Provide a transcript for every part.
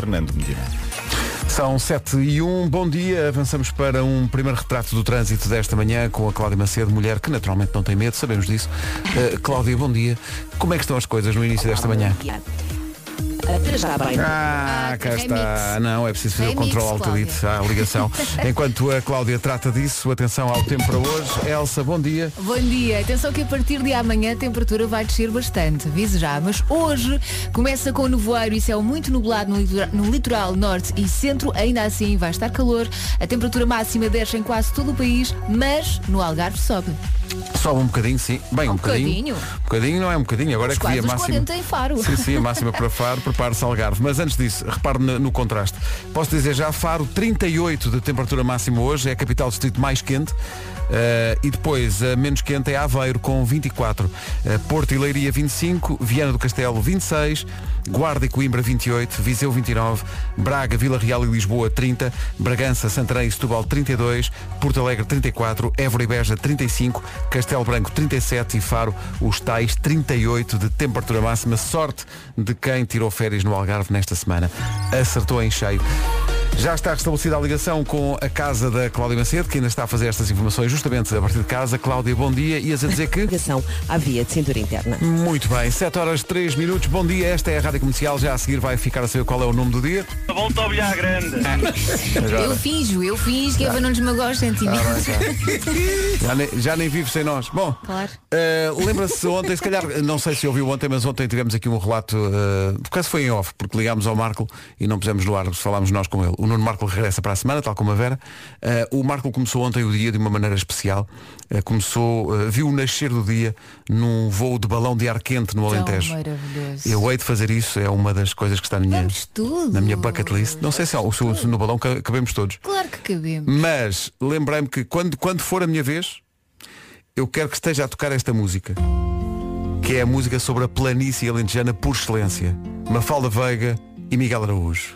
Fernando Medina. São 7 e 1, bom dia. Avançamos para um primeiro retrato do trânsito desta manhã com a Cláudia Macedo, mulher que naturalmente não tem medo, sabemos disso. Eh, Cláudia, bom dia. Como é que estão as coisas no início desta manhã? Até já bem. Ah, Ah, cá remix. está. Não, é preciso fazer o Remix, controle alto Cláudia. à ligação. Enquanto a Cláudia trata disso, atenção ao tempo para hoje. Elsa, bom dia. Bom dia, atenção que a partir de amanhã a temperatura vai descer bastante, aviso já, mas hoje começa com nevoeiro e céu muito nublado no litora- no litoral, norte e centro, ainda assim vai estar calor, a temperatura máxima desce em quase todo o país, mas no Algarve sobe. Sobe um bocadinho, sim. Bem, um, Um bocadinho. bocadinho? Um bocadinho não é um bocadinho. Agora Os é que dia quase os máxima. 40 em Faro. Sim, sim, a máxima para Faro, prepare-se Algarve. Mas antes disso, repare no, no contraste. Posso dizer já, Faro, 38 de temperatura máxima hoje, é a capital do distrito mais quente. Eh, e depois, a menos quente é Aveiro, com 24. Eh, Porto e Leiria, 25. Viana do Castelo, 26. Guarda e Coimbra, 28. Viseu, 29. Braga, Vila Real e Lisboa, 30. Bragança, Santarém e Setúbal, 32. Porto Alegre, 34. Évora e Beja, 35. Castelo Branco, 37. E Faro, os tais 38 de temperatura máxima. Sorte de quem tirou férias no Algarve nesta semana. Acertou em cheio. Já está restabelecida a ligação com a casa da Cláudia Macedo, que ainda está a fazer estas informações justamente a partir de casa. Cláudia, bom dia. Ias a dizer que... Ligação à via de cintura interna. Muito bem, 7 horas 3 minutos. Bom dia, esta é a Rádio Comercial. Já a seguir vai ficar a saber qual é o nome do dia. Volta ao bilhar grande. Eu finjo, eu finjo que Eva não desmagou os sentimentos. é Já nem, já nem vivo sem nós. Bom, Claro. eh, lembra-se ontem, se calhar, não sei se ouviu ontem, mas ontem tivemos aqui um relato, eh, por acaso foi em off, porque ligámos ao Marco e não pusemos no ar, falámos nós com ele. O Nuno Marco regressa para a semana, tal como a Vera. Eh, o Marco começou ontem o dia de uma maneira especial. Eh, começou, eh, viu o nascer do dia num voo de balão de ar quente no Tão Alentejo. maravilhoso. Eu hei de fazer isso, é uma das coisas que está na minha, Vamos tudo. na minha bucket list. Não sei se, ao- se o- se no balão ca- cabemos todos. Claro que cabemos. Mas lembrei-me que quando, quando for a minha vez, eu quero que esteja a tocar esta música. Que é a música sobre a planície alentejana por excelência. Mafalda Veiga e Miguel Araújo.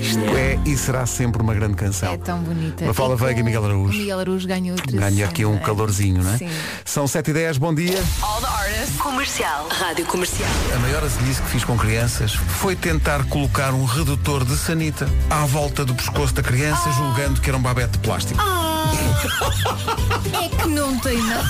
Isto é e será sempre uma grande canção. É tão bonita. Mafalda com- Veiga e Miguel Araújo. o Miguel Araújo ganhou outra Ganha aqui um cena. calorzinho, não é? Sim. São 7h10, bom dia. Comercial. Rádio Comercial. A maior azelice que fiz com crianças foi tentar colocar um redutor de sanita à volta do pescoço da criança, Oh. julgando que era um babete de plástico. É que não tem nada.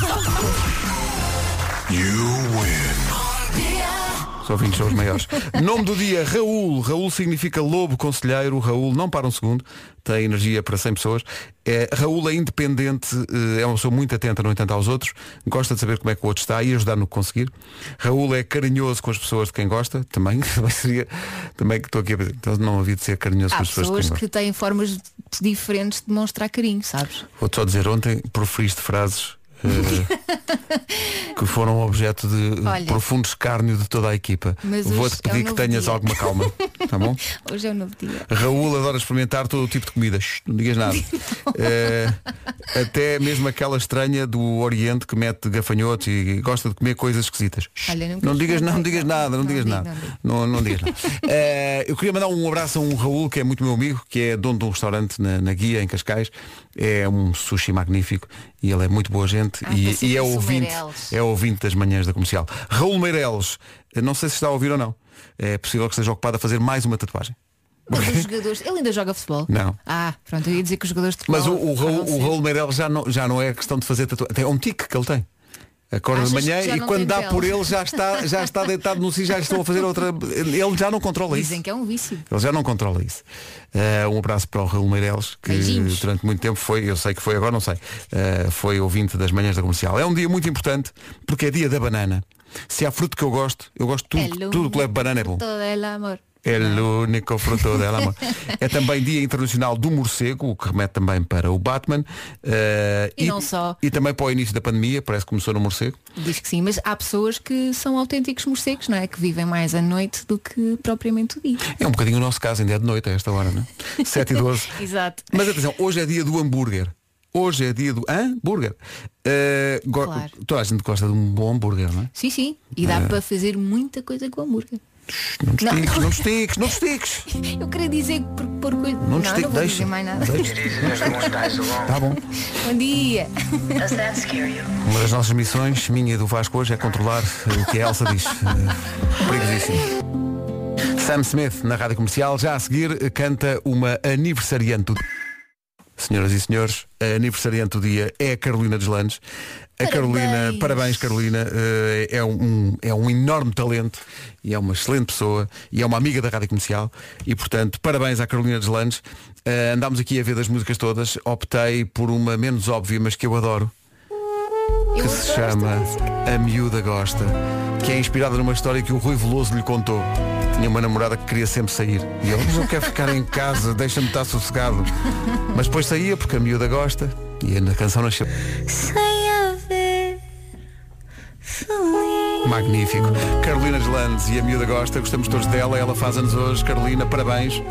Só ouvintes são os maiores. Nome do dia, Raul. Raul significa lobo conselheiro. Raul não para um segundo, tem energia para 100 pessoas. É, Raul é independente, eh, é uma pessoa muito atenta, no entanto, aos outros. Gosta de saber como é que o outro está e ajudar no que conseguir. Raul é carinhoso com as pessoas de quem gosta. Também, também seria. Também que estou aqui a dizer. Então não havia de ser carinhoso Há com as pessoas, pessoas de quem que têm formas diferentes de mostrar carinho, sabes? gosta. Vou-te só dizer, ontem proferiste frases. eh, que foram objeto de Olha. profundo escárnio de toda a equipa. Mas hoje Vou-te é um pedir que novo tenhas dia. alguma calma. Tá bom? Hoje é um novo dia. Raul adora experimentar todo o tipo de comida. Shh, não digas nada. Eh, até mesmo aquela estranha do Oriente que mete gafanhotos e gosta de comer coisas esquisitas. Shh, Olha, nunca não digas, não, experimentei. digas nada, não, Não digas digo, nada. não digo. Não, não digas nada. Eh, eu queria mandar um abraço a um Raul que é muito meu amigo, que é dono de um restaurante na, na Guia, em Cascais. É um sushi magnífico e ele é muito boa gente Ah, e, pensei e que é fosse o ouvinte. Meireles. É ouvinte das manhãs da comercial. Raul Meireles, eh, não sei se está a ouvir ou não. É possível que esteja ocupado a fazer mais uma tatuagem. Mas os jogadores. Ele ainda joga futebol? Não. Ah, pronto, eu ia dizer que os jogadores de Mas o, futebol o, Raul, estavam o a Raul Meirelles já não, já não é questão de fazer tatuagem. Tem um tique que ele tem. Acorda de Achas manhã que já e não quando tem dá pele? por ele já está, já está deitado no si, já estão a fazer outra. Ele já não controla ser- isso. Dizem que é um vício. Ele já não controla isso. Eh, um abraço para o Raul Meireles, que Beijinhos. durante muito tempo foi, eu sei que foi agora, não sei, eh, foi ouvinte das manhãs da comercial. É um dia muito importante porque é dia da banana. Se há fruto que eu gosto, eu gosto de tudo, El tudo que leva banana é bom. Todo el amor. É o único fruto dela. amor. É também Dia Internacional do Morcego, o que remete também para o Batman. eh, E não só. E também para o início da pandemia, parece que começou no morcego. Diz que sim, mas há pessoas que são autênticos morcegos, não é? Que vivem mais à noite do que propriamente o dia. É um bocadinho o nosso caso, ainda é de noite a esta hora, não é? 7 e 12. Exato. Mas atenção, hoje é dia do hambúrguer. Hoje é dia do hambúrguer. Eh, go- Claro. Toda a gente gosta de um bom hambúrguer, não é? Sim, sim. E dá para fazer muita coisa com hambúrguer. Não Não. destiques, não destiques, não destiques. Eu queria dizer por, por coisa. Não não, destique, não vou deixa. dizer mais nada. Tá bom. Bom dia. Uma das nossas missões, minha e do Vasco hoje, é controlar eh, o que a Elsa diz. Eh, Perigosíssimo. Sam Smith na rádio comercial. Já a seguir eh, canta uma aniversariante do Senhoras e senhores, a aniversariante do dia é a Carolina Deslandes. A Carolina, parabéns Carolina, eh, é um, é um enorme talento e é uma excelente pessoa e é uma amiga da Rádio Comercial e portanto parabéns à Carolina Deslandes. Eh, andámos aqui a ver das músicas todas, optei por uma menos óbvia, mas que eu adoro que se chama A Miúda Gosta, que é inspirada numa história que o Rui Veloso lhe contou. Tinha uma namorada que queria sempre sair. E ele, mas eu quero ficar em casa, deixa-me estar sossegado. Mas depois saía porque a miúda gosta. E na canção nasceu. Sem haver feliz. Magnífico. Carolina Deslandes e a miúda gosta, gostamos todos dela, ela faz anos hoje. Carolina, parabéns.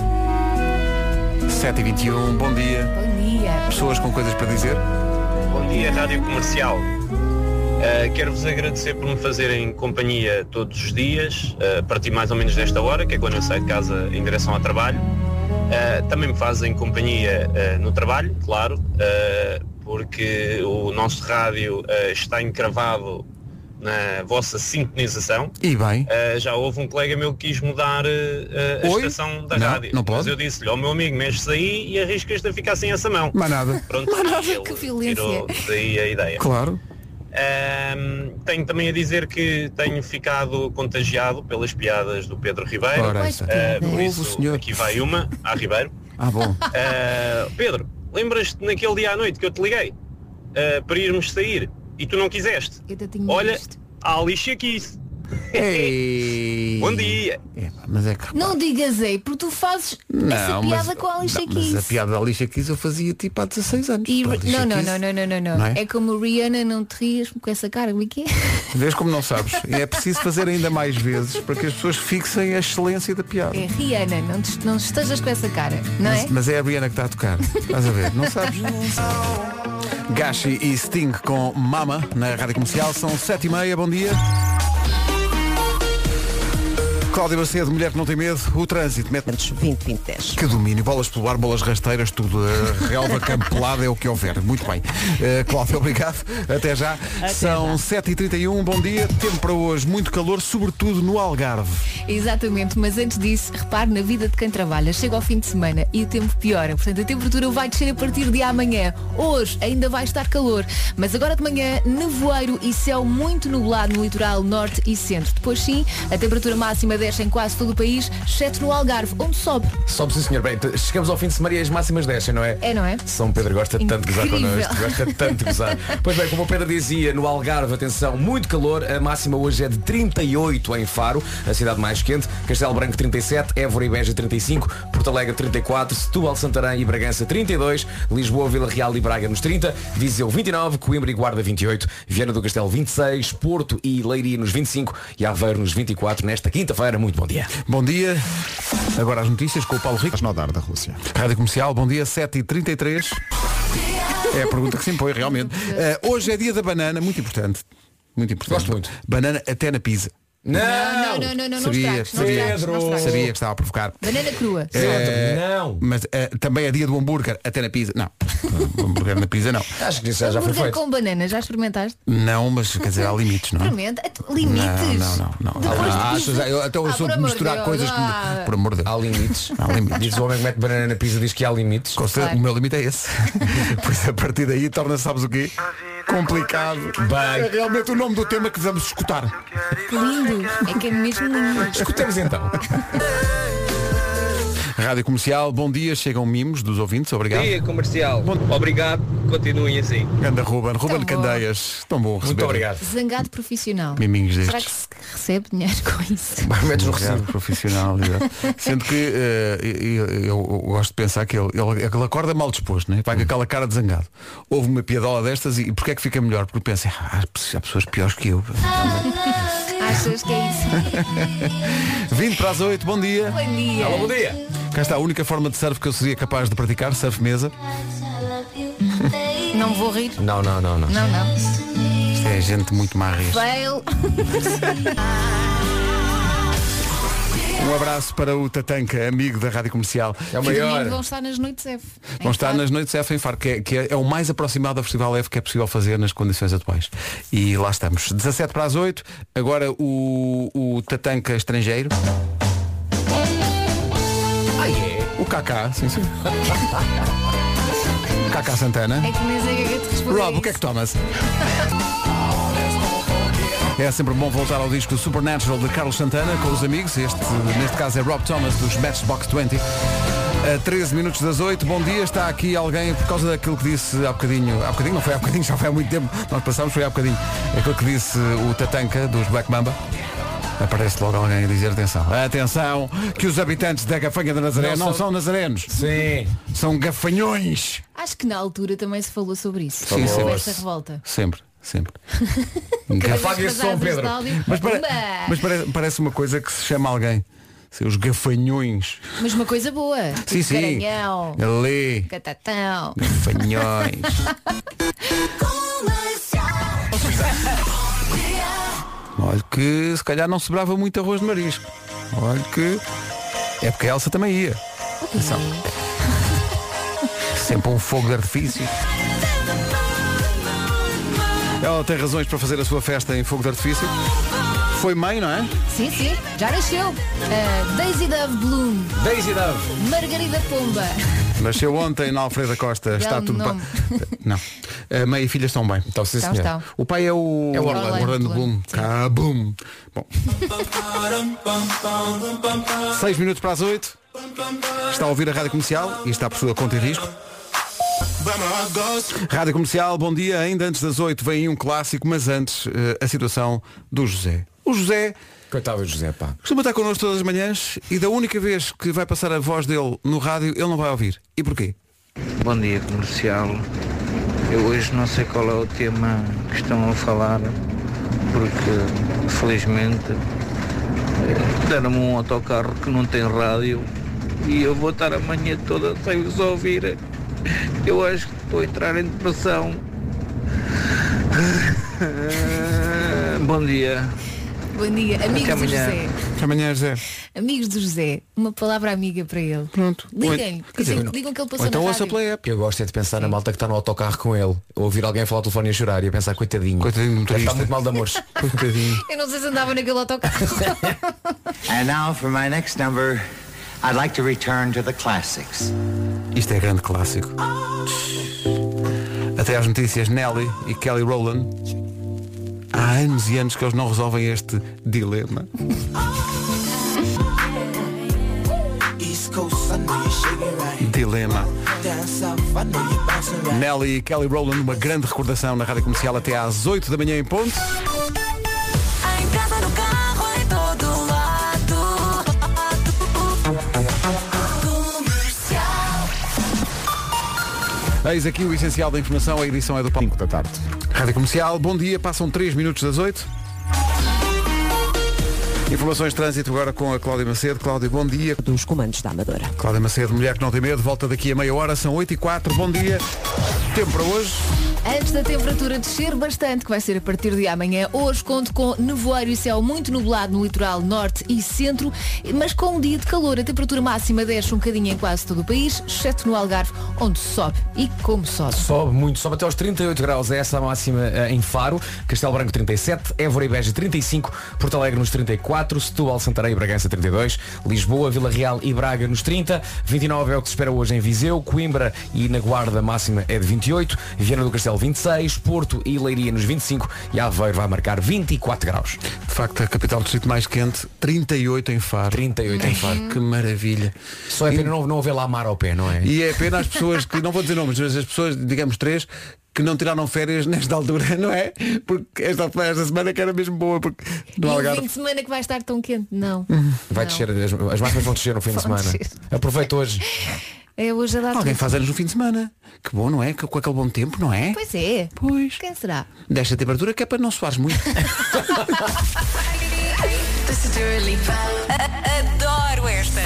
7h21, bom dia. Bom dia. Pessoas com coisas para dizer? Bom dia, Rádio Comercial. Uh, Quero-vos agradecer por me fazerem companhia todos os dias, uh, a partir mais ou menos desta hora, que é quando eu saio de casa em direção ao trabalho. Uh, também me fazem companhia uh, no trabalho, claro, uh, porque o nosso rádio uh, está encravado na vossa sintonização. E bem. Uh, já houve um colega meu que quis mudar uh, uh, a Oi? estação da Não, rádio. não pode. Mas eu disse-lhe, ó meu amigo, mexes aí e arriscas-te a ficar sem essa mão. Mais nada. Pronto, é ele que violência. tirou daí a ideia. Claro. Ahm, tenho também a dizer que tenho ficado contagiado pelas piadas do Pedro Ribeiro. Ora, Pois, está. Ah, por é Ouve isso, o senhor. aqui vai uma, a Ribeiro. Ah, bom. Ah, Pedro, lembras-te naquele dia à noite que eu te liguei ah, para irmos sair e tu não quiseste? Eu ainda tinha Olha, visto. há lixo aqui. Ei. Bom dia. É, pá, mas é que Não digas ei, porque tu fazes essa piada com a Alicia não, Keys. Mas a piada da lixa Keys eu fazia tipo há 16 anos. E- Pela Alicia não, não, Keys. não, não, não, não, não. Não é? É como Rihanna, não te rias com essa cara, como é que é? Vês como não sabes. É preciso fazer ainda mais vezes para que as pessoas fixem a excelência da piada. É Rihanna, não, te, não estejas com essa cara, não é? Mas, mas é a Rihanna que está a tocar. Estás a ver? Não sabes? Gashi e Sting com Mama na Rádio Comercial. São 7h30, bom dia. Cláudia Macedo, mulher que não tem medo, o trânsito mete 20, 20, 10. Que domínio, bolas pelo ar, bolas rasteiras, tudo. A relva campelada é o que houver. Muito bem. Eh, Cláudio, obrigado. Até já. São 7h31, bom dia. Tempo para hoje, muito calor, sobretudo no Algarve. Exatamente, mas antes disso, repare na vida de quem trabalha. Chega ao fim de semana e o tempo piora. Portanto, a temperatura vai descer a partir de amanhã. Hoje ainda vai estar calor, mas agora de manhã, nevoeiro e céu muito nublado no litoral norte e centro. Depois sim, a temperatura máxima desce em quase todo o país, exceto no Algarve, onde sobe. Sobe sim senhor. Bem, t- chegamos ao fim de semana e as máximas descem, não é? É, não é? São Pedro gosta tanto de gozar Incrível. connosco, gosta tanto de gozar. Pois bem, como o Pedro dizia, no Algarve, atenção, muito calor, a máxima hoje é de 38 em Faro, a cidade mais quente, Castelo Branco 37, Évora e Beja 35, Porto Alegre 34, Setúbal, Santarém e Bragança 32, Lisboa, Vila Real e Braga nos 30, Viseu 29, Coimbra e Guarda 28, Viana do Castelo 26, Porto e Leiria nos 25 e Aveiro nos 24 nesta quinta-feira. Muito bom dia. Bom dia. Agora as notícias com o Paulo Rico. Snodar da Rússia. Rádio Comercial, bom dia, 7h33. É a pergunta que se impõe, realmente. Eh, hoje é dia da banana, muito importante. Muito importante. Gosto muito. Banana até na pizza. Não, não, não, não, não sabia, estragues, não estragues, não Pedro. estragues. sabia que estava a provocar. Banana crua. É, Eh, Não. Mas eh, também é dia do hambúrguer, até na pizza. Não, o hambúrguer na pizza não. Acho que isso já, já foi Hambúrguer feito. com banana, já experimentaste? Não, mas quer dizer, há limites, não é? Experimenta. Ah, tu- Limites. Não, não, não. não. Depois de Ah, pizza. achas- eu, até eu Ah, sou por de amor misturar Deus, coisas que. ah. Por amor de Deus. Há limites. Há limites. Diz o homem que mete banana na pizza, diz que há limites. Com certeza, O meu limite é esse. pois a partir daí torna-se, sabes o quê? Complicado. Bem. É realmente o nome do tema que vamos escutar. Que lindo. É que é mesmo lindo. Escutemos então. Rádio Comercial, bom dia. Chegam mimos dos ouvintes, obrigado. dia comercial. Obrigado, continuem assim. Ganda Ruben, Ruben bom. Candeias. Tão bom receber. Muito obrigado. Zangado profissional. Miminhos Será destes. que se recebe dinheiro com isso? Metes no Obrigado, recibo. profissional. exato. Sendo que eh, eu, eu- eu gosto de pensar que ele, ele, ele acorda mal disposto, né? vai com aquela cara de zangado. Houve uma piadola destas e porquê é que fica melhor? Porque pensa, ah, há pe- há pessoas piores que eu. Ah. Achas que é isso? 20 para as 8, bom dia. Bom dia. Alô, bom dia. Cá está a única forma de surf que eu seria capaz de praticar, surf mesa. Não vou rir. Não, não, não, não. Não, não. Isto é gente muito má a rir. Fail. Um abraço para o Tatanka, amigo da Rádio Comercial. É o E maior. domingo vão estar nas noites F. Vão estar nas noites F em Faro, que, é, que é- é o mais aproximado ao Festival F que é possível fazer nas condições atuais. E lá estamos. 17 para as 8, agora o, o Tatanka estrangeiro. Ah, é? O Kaká, sim, sim. Kaká Santana. É que nem sei o que é que te respondi. Rob, o que é que tomas? É sempre bom voltar ao disco Supernatural de Carlos Santana com os amigos. Este, neste caso, é Rob Thomas dos Matchbox 20. A 13 minutos das 8, bom dia, está aqui alguém por causa daquilo que disse há bocadinho, há bocadinho, não foi há bocadinho, já foi há muito tempo, nós passamos, foi há bocadinho, É aquilo que disse o Tatanka dos Black Mamba. Aparece logo alguém a dizer atenção. Atenção, que os habitantes da Gafanha da Nazaré não, Não são... são- nazarenos, Sim. são gafanhões. Acho que na altura também se falou sobre isso. Sim, sim. Houve essa revolta. Sempre, sempre. Apaga esse som, Pedro. Mas, pare- mas pare- parece uma coisa que se chama alguém. Seus gafanhões. Mas uma coisa boa. Sim, Tipo sim. Garanhão, Ali. catatão. Gafanhões. Olha que se calhar não sobrava muito arroz de marisco. Olha que. É porque a Elsa também ia. Atenção. Sempre um fogo de artifício. Ela tem razões para fazer a sua festa em fogo de artifício. Foi mãe, não é? Sim, sim. Já nasceu. Ah, Daisy Dove Bloom. Daisy Dove. Margarida Pomba. Nasceu ontem na Alfreda Costa. Está Belo tudo nome. bem. Não. A mãe e filha estão bem. Então, sim, Então senhor. está. O pai é o É o Orlando, Orlando. Orlando Bloom. Sim. Cabum. Bom. 6 minutos para as 8. Está a ouvir a Rádio Comercial e está por sua conta e risco. Rádio Comercial, bom dia. Ainda antes das 8 vem aí um clássico, mas antes eh, a situação do José. O José Coitado do José, pá. Costuma estar connosco todas as manhãs e da única vez que vai passar a voz dele no rádio, ele não vai ouvir. E porquê? Bom dia comercial. Eu hoje não sei qual é o tema que estão a falar, porque felizmente eh, deram-me um autocarro que não tem rádio e eu vou estar a manhã toda sem vos ouvir. Eu acho que estou a entrar em depressão. Bom dia. Bom dia. Amigos do amanhã. José. Até Amanhã, é José. Amigos do José. Uma palavra amiga para ele. Pronto. Liguem-lhe. Quer dizer, Dizem- não. Digam que ele Ou passou então na ouça rádio. pela app. Eu gosto é de pensar na malta que está no autocarro com ele. Ouvir alguém falar ao telefone e a chorar e a pensar, coitadinho. Coitadinho do Deve motorista. estar muito mal de amores. Coitadinho. Eu não sei se andava naquele autocarro. And now for my next number, I'd like to return to the classics. Isto é grande clássico. Até às notícias, Nelly e Kelly Rowland. Há anos e anos que eles não resolvem este dilema. Dilema. Nelly e Kelly Rowland, uma grande recordação na rádio comercial até às 8 da manhã em ponto. Em casa, no carro, em todo lado. Comercial. Eis aqui o essencial da informação, a edição é do Paulo. 5 da tarde. Rádio Comercial, bom dia, passam 3 minutos das 8. Informações de trânsito agora com a Cláudia Macedo. Cláudia, bom dia. Dos comandos da Amadora. Cláudia Macedo, mulher que não tem medo, volta daqui a meia hora, são 8 e 4 bom dia. Tempo para hoje. Antes da temperatura descer bastante, que vai ser a partir de amanhã, hoje conto com nevoeiro e céu muito nublado no litoral norte e centro, mas com um dia de calor. A temperatura máxima desce um bocadinho em quase todo o país, exceto no Algarve, onde sobe. E como sobe. Sobe muito, sobe até aos 38 graus, é essa a máxima eh, em Faro, Castelo Branco 37, Évora e Beja 35, Porto Alegre nos 34, Setúbal, Santarém e Bragança 32, Lisboa, Vila Real e Braga nos 30, 29 é o que se espera hoje em Viseu, Coimbra e na Guarda a máxima é de 28, Viana do Castelo 26, Porto e Leiria nos 25 e Aveiro vai marcar 24 graus. De facto, a capital do distrito mais quente, 38 em Faro. 38 em Faro. Que maravilha. Só é pena não, não haver lá mar ao pé, não é? E é pena as pessoas que, não vou dizer nomes, mas as pessoas, digamos três, que não tiraram férias nesta altura, não é? Porque esta, esta semana que era mesmo boa, porque E no o Algarve Uhum. fim de semana que vai estar tão quente? Não. Vai Não. descer, as, as máximas vão descer no fim de Vão semana. descer. Aproveita hoje. É hoje a data. Alguém faz anos no fim de semana. Que bom, não é? Que- Com aquele bom tempo, não é? Pois é. Pois. Quem será? Desta temperatura que é para não suares muito. This is Dua Lipa. A- Adoro esta.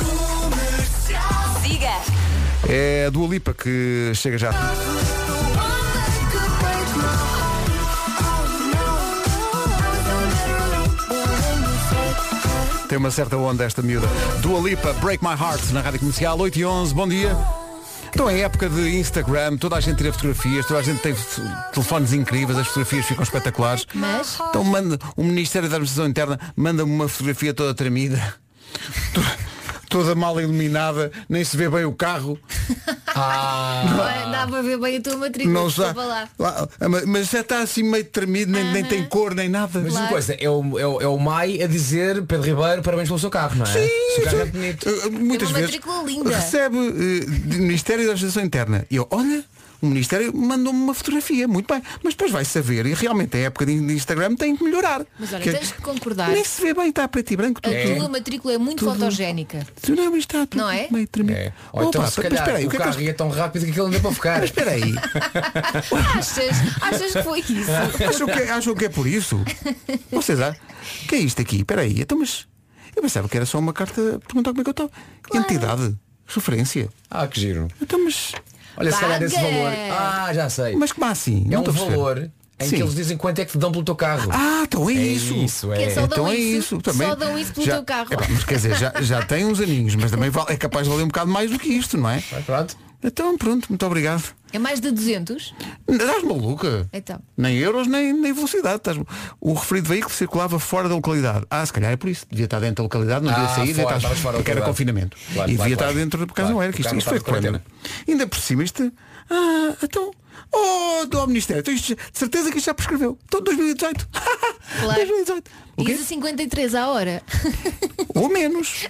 Comercial. Siga. é a Dua Lipa que chega já. Tem uma certa onda esta miúda. Dua Lipa, Break My Heart, na Rádio Comercial, 8 e 11, bom dia. Então é época de Instagram, toda a gente tira fotografias, toda a gente tem f- telefones incríveis, as fotografias ficam espetaculares. Mas? Então manda, o Ministério da Administração Interna manda-me uma fotografia toda tremida, to- toda mal iluminada, nem se vê bem o carro. Olha, Dá para ver bem a tua matrícula. Ah. Não está. está. Lá. Lá- ah, mas- Mas já está assim meio tremido, nem, nem tem cor, nem nada. Mas uma Claro. coisa, é o, é, o, é o Mai a dizer Pedro Ribeiro, parabéns pelo seu carro, não é? Se o carro é bonito. Uh, Muitas Tem uma vezvezes matrícula linda. recebe uh, do Ministério da Administração Interna. E eu, olha, o Ministério mandou-me uma fotografia, muito bem. Mas depois vai saber, e realmente a época de Instagram tem que melhorar. Mas olha, Que- tens que concordar. Nem se vê bem, está preto e branco. A tudo. tua matrícula é muito fotogénica. Tu não, mas está tudo Não é? meio tremido. É. Ou então, Opa, se mas calhar, espera aí, o que é que carro eles- ia tão rápido que aquilo não deu para ficar. mas espera aí, Achas, achas que foi isso? acham que, acham que é por isso? Vocês acham? O que é isto aqui? Espera aí, então mas... Eu pensava que era só uma carta a perguntar como é que eu estava. Entidade, referência. Ah, que giro. Então mas... Olha, se calhar Paga! esse valor. Ah, já sei. Mas como assim? é Não um estou a perceber. valor em Sim. que eles dizem quanto é que te dão pelo teu carro. Ah, então é, é isso. isso, Que é. é só- Então dão é isso. isso. Também, Só dão isso pelo já, teu carro. Epá, mas quer dizer, já, já tem uns aninhos, mas também vale- é capaz de valer um bocado mais do que isto, não é? Vai, pronto. Então pronto, muito obrigado. É mais de 200? Estás maluca? Então. Nem euros, nem, nem velocidade. Estás- O referido veículo circulava fora da localidade. Ah, se calhar é por isso. Devia estar dentro da localidade, não devia Ah, sair, devia fora, estar- estavas fora da porque era localidade. confinamento. Claro, e claro, devia claro. estar dentro, por causa Claro, não era, que o isto, carro isto foi estava de problema. Ainda por cima isto. Ah, então. Oh, do Ministério, então isto, de certeza que isto já prescreveu. Então 2018. Claro. 2018. O quê? Diz a 53 à hora. Ou menos.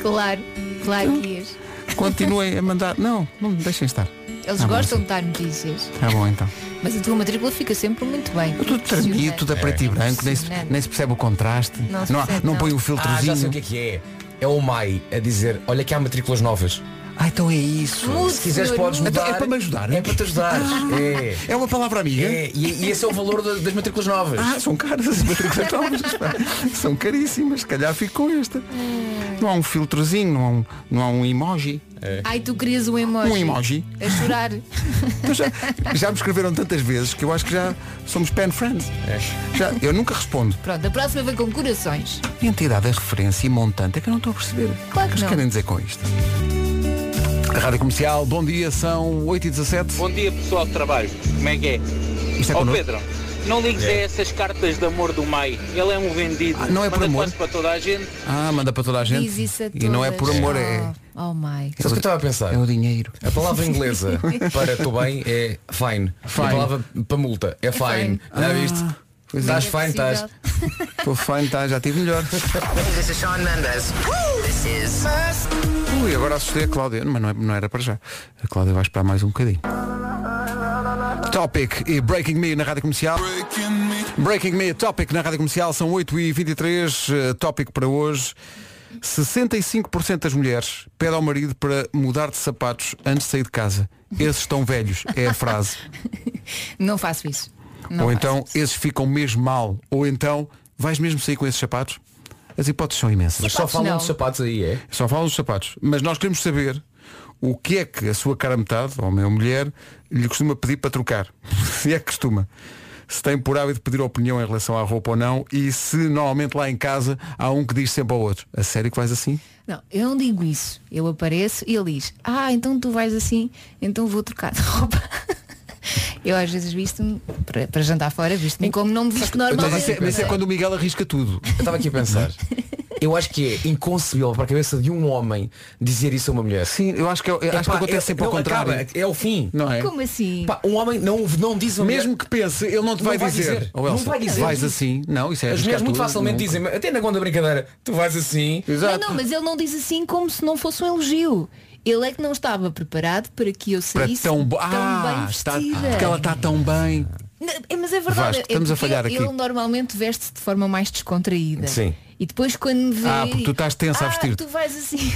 claro, claro que és. Continuem a mandar. Não, não me deixem estar. Eles Ah, bom, gostam de dar notícias. Tá bom então. Mas a tua matrícula fica sempre muito bem. Eu Tudo tremido, tudo a preto e branco, nem se, Impressionante. nem se percebe o contraste. Não se há- percebe, não não. põe o É. Ah, já sei filtrozinho. o que é que é. É o Mai a dizer, olha que há matrículas novas. ah, então é isso. Mude, Se quiseres senhor, podes mude. Então mudar. é para me ajudar. É para te ajudar. É. É uma palavra amiga. É, e, e esse é o valor da- das matrículas novas. Ah, são caras as matrículas novas. pá. São caríssimas. Se calhar fico com esta. Não há um filtrozinho, não há um, não há um emoji. Ai, tu querias um emoji. Um emoji. A chorar. Então já, já me escreveram tantas vezes que eu acho que já somos pen friends. Já, eu nunca respondo. Pronto, a próxima vem com corações. Entidade é referência e montante. É que eu não estou a perceber. Claro que o eles não. querem dizer com isto? A Rádio Comercial, bom dia, são 8h17. Bom dia pessoal de trabalho, como é que é? Isto é Ó connosco? É. Pedro, não ligues a essas cartas de amor do Mai, ele é um vendido, Ah, não é por manda amor? quase para toda a gente. Ah, manda para toda a gente. Diz isso a todas. e não é por amor, é, Oh, oh my. Sabe o que eu estava a pensar? é o dinheiro. A palavra inglesa para tu bem é fine. Fine. A palavra para multa é fine. fine. Já viste? pois é. Estás fine, estás. Estou fã, tá, já tive melhor. This is Sean Mendes. This is... Ui, agora assustei a Cláudia. Mas não, é- não era para já. A Cláudia vai esperar mais um bocadinho. Topic e Breaking Me na Rádio Comercial. Breaking Me, Topic na Rádio Comercial. São 8h23. eh, Tópico para hoje. 65% das mulheres pedem ao marido para mudar de sapatos antes de sair de casa. Esses estão velhos, é a frase. Não faço isso. Não ou faço então, isso. esses ficam mesmo mal. Ou então, vais mesmo sair com esses sapatos? As hipóteses são imensas. Mas só Sapatos falam um não. de sapatos aí, é? Só falam dos sapatos. Mas nós queremos saber o que é que a sua cara metade, homem ou mulher, lhe costuma pedir para trocar. se é que costuma. Se tem por hábito pedir opinião em relação à roupa ou não e se normalmente lá em casa há um que diz sempre ao outro. A sério que vais assim? Não, eu não digo isso. Eu apareço e ele diz, ah, então tu vais assim, então vou trocar de roupa. Eu às vezes visto-me, para, para jantar fora, visto-me como não me visto normalmente. Mas isso é, mas isso é quando o Miguel arrisca tudo. Eu estava aqui a pensar. Eu acho que é inconcebível para a cabeça de um homem dizer isso a uma mulher. Sim, eu acho que, eu, acho Epá, que acontece é- sempre ao não, contrário. acaba, é o fim. Não é? Como assim? Pá, um homem não, não diz a uma Mesmo mulher. que pense, ele não te Não vai, vai dizer. dizer. Oh, Não Elsa, vai dizer. Vais assim. Não, isso é As arriscar mulheres muito tudo, facilmente não. dizem, até na conta brincadeira, tu vais assim. Exato. Não, não, mas ele não diz assim como se não fosse um elogio. Ele é que não estava preparado para que eu Para saísse tão, bo- bem ah, está, vestida. porque ela está tão bem. Não, é, Mas é verdade. Vasco, é estamos a porque falhar aqui. Ele normalmente veste-se de forma mais descontraída. Sim. E depois quando me vê. Ah, porque tu estás tensa a "Ah, vestir-te." tu vais assim.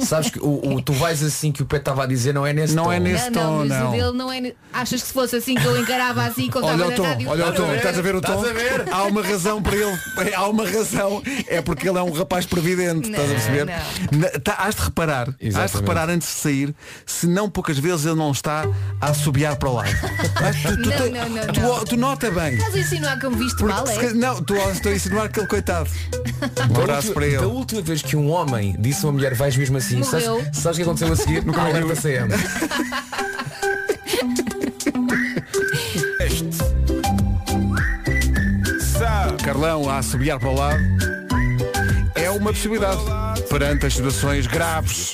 Sabes que o, o tu vais assim que o Pedro estava a dizer não é nesse Não tom. é nesse Ah, não, não, tom, mas não. o dele não é. ne- Achas que se fosse assim que eu encarava assim e contava Olha o na tom, rádio? olha o tom, ver? estás a ver o tom? Estás a ver? Há uma razão para ele, há uma razão, é porque ele é um rapaz previdente, estás a perceber? Na- tá- Hás de reparar, hás Exatamente. de reparar antes de sair, se não poucas vezes ele não está a assobiar para o lado. Mas tu, tu, Não, tem- não, não, tu- não. tu nota bem. assim Estás a insinuar que eu me visto Porque mal, se é? ca- não, tu estou a insinuar aquele coitado. Um abraço última- para ele. Da última vez que um homem disse a uma mulher vais mesmo assim, sabes, Morreu. sabes o que aconteceu a seguir? No Alerta CM. Carlão a assobiar para o lado é uma possibilidade perante as situações graves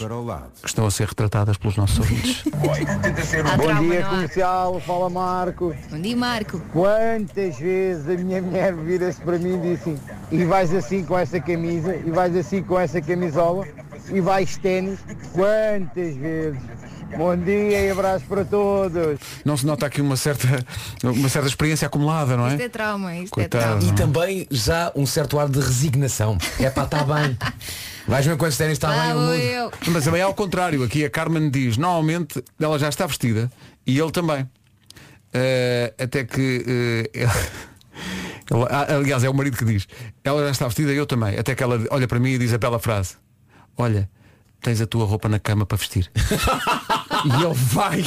que estão a ser retratadas pelos nossos ouvintes. Há Bom trauma, dia, não há? comercial. Fala, Marco. Bom dia, Marco. Quantas vezes a minha mulher vira-se para mim e diz assim, e vais assim com essa camisa, e vais assim com essa camisola, e vais ténis. Quantas vezes? Bom dia e abraço para todos. Não se nota aqui uma certa, uma certa experiência acumulada, não Isto é? é trauma, isto é Coitado. trauma. E também já um certo ar de resignação. É pá, está bem. Vais ver quantos ténis está Lá bem o vou mundo. eu. Mas também é ao contrário, aqui a Carmen diz, normalmente ela já está vestida e ele também. Eh, até que eh, ela- ah, aliás, é o marido que diz, ela já está vestida e eu também. Até que ela olha para mim e diz a bela frase, olha, tens a tua roupa na cama para vestir. e ele vai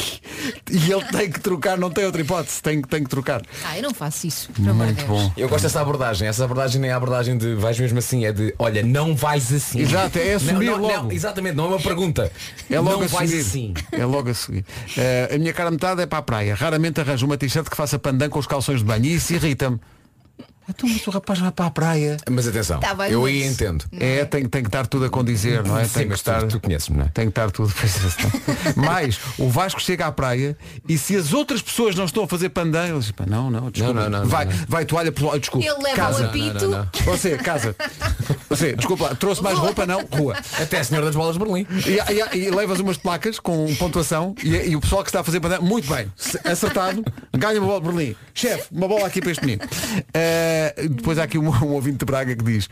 e ele tem que trocar, não tem outra hipótese, tem, tem que trocar. Ah, eu não faço isso, pelo amor de Muito Deus. bom. Eu gosto dessa abordagem. Essa abordagem nem é a abordagem de vais mesmo assim, é de olha, não vais assim. Exato, é assumir não, não, logo. não, exatamente, não é uma pergunta. É logo não a vais seguir. assim. É logo a seguir. Eh, a minha cara metade é para a praia. Raramente arranjo uma t-shirt que faça pandan com os calções de banho. E isso irrita-me. Então, mas o rapaz vai para a praia. Mas atenção, Tá bem, eu mas- aí entendo. É, tem, tem que estar tudo a condizer, não é? Sim, tem que mas tu- estar, tu conheces-me, não é? Tem que estar tudo. Mas o Vasco chega à praia e se as outras pessoas não estão a fazer pandan, ele diz, "Pá, não, não, desculpa. Não, não, não, vai, não, não. vai toalha pelo. ah, Desculpa. Ele leva o casa. apito. Não, não, não. Você, casa. Você, desculpa, lá, trouxe mais roupa, não? Rua. Até a senhora das bolas de Berlim. E, e- e levas umas placas com pontuação e, e o pessoal que está a fazer pandan, muito bem, se- acertado, ganha uma bola de Berlim. Chefe, uma bola aqui para este menino. Eh, depois há aqui um, um ouvinte de Braga que diz,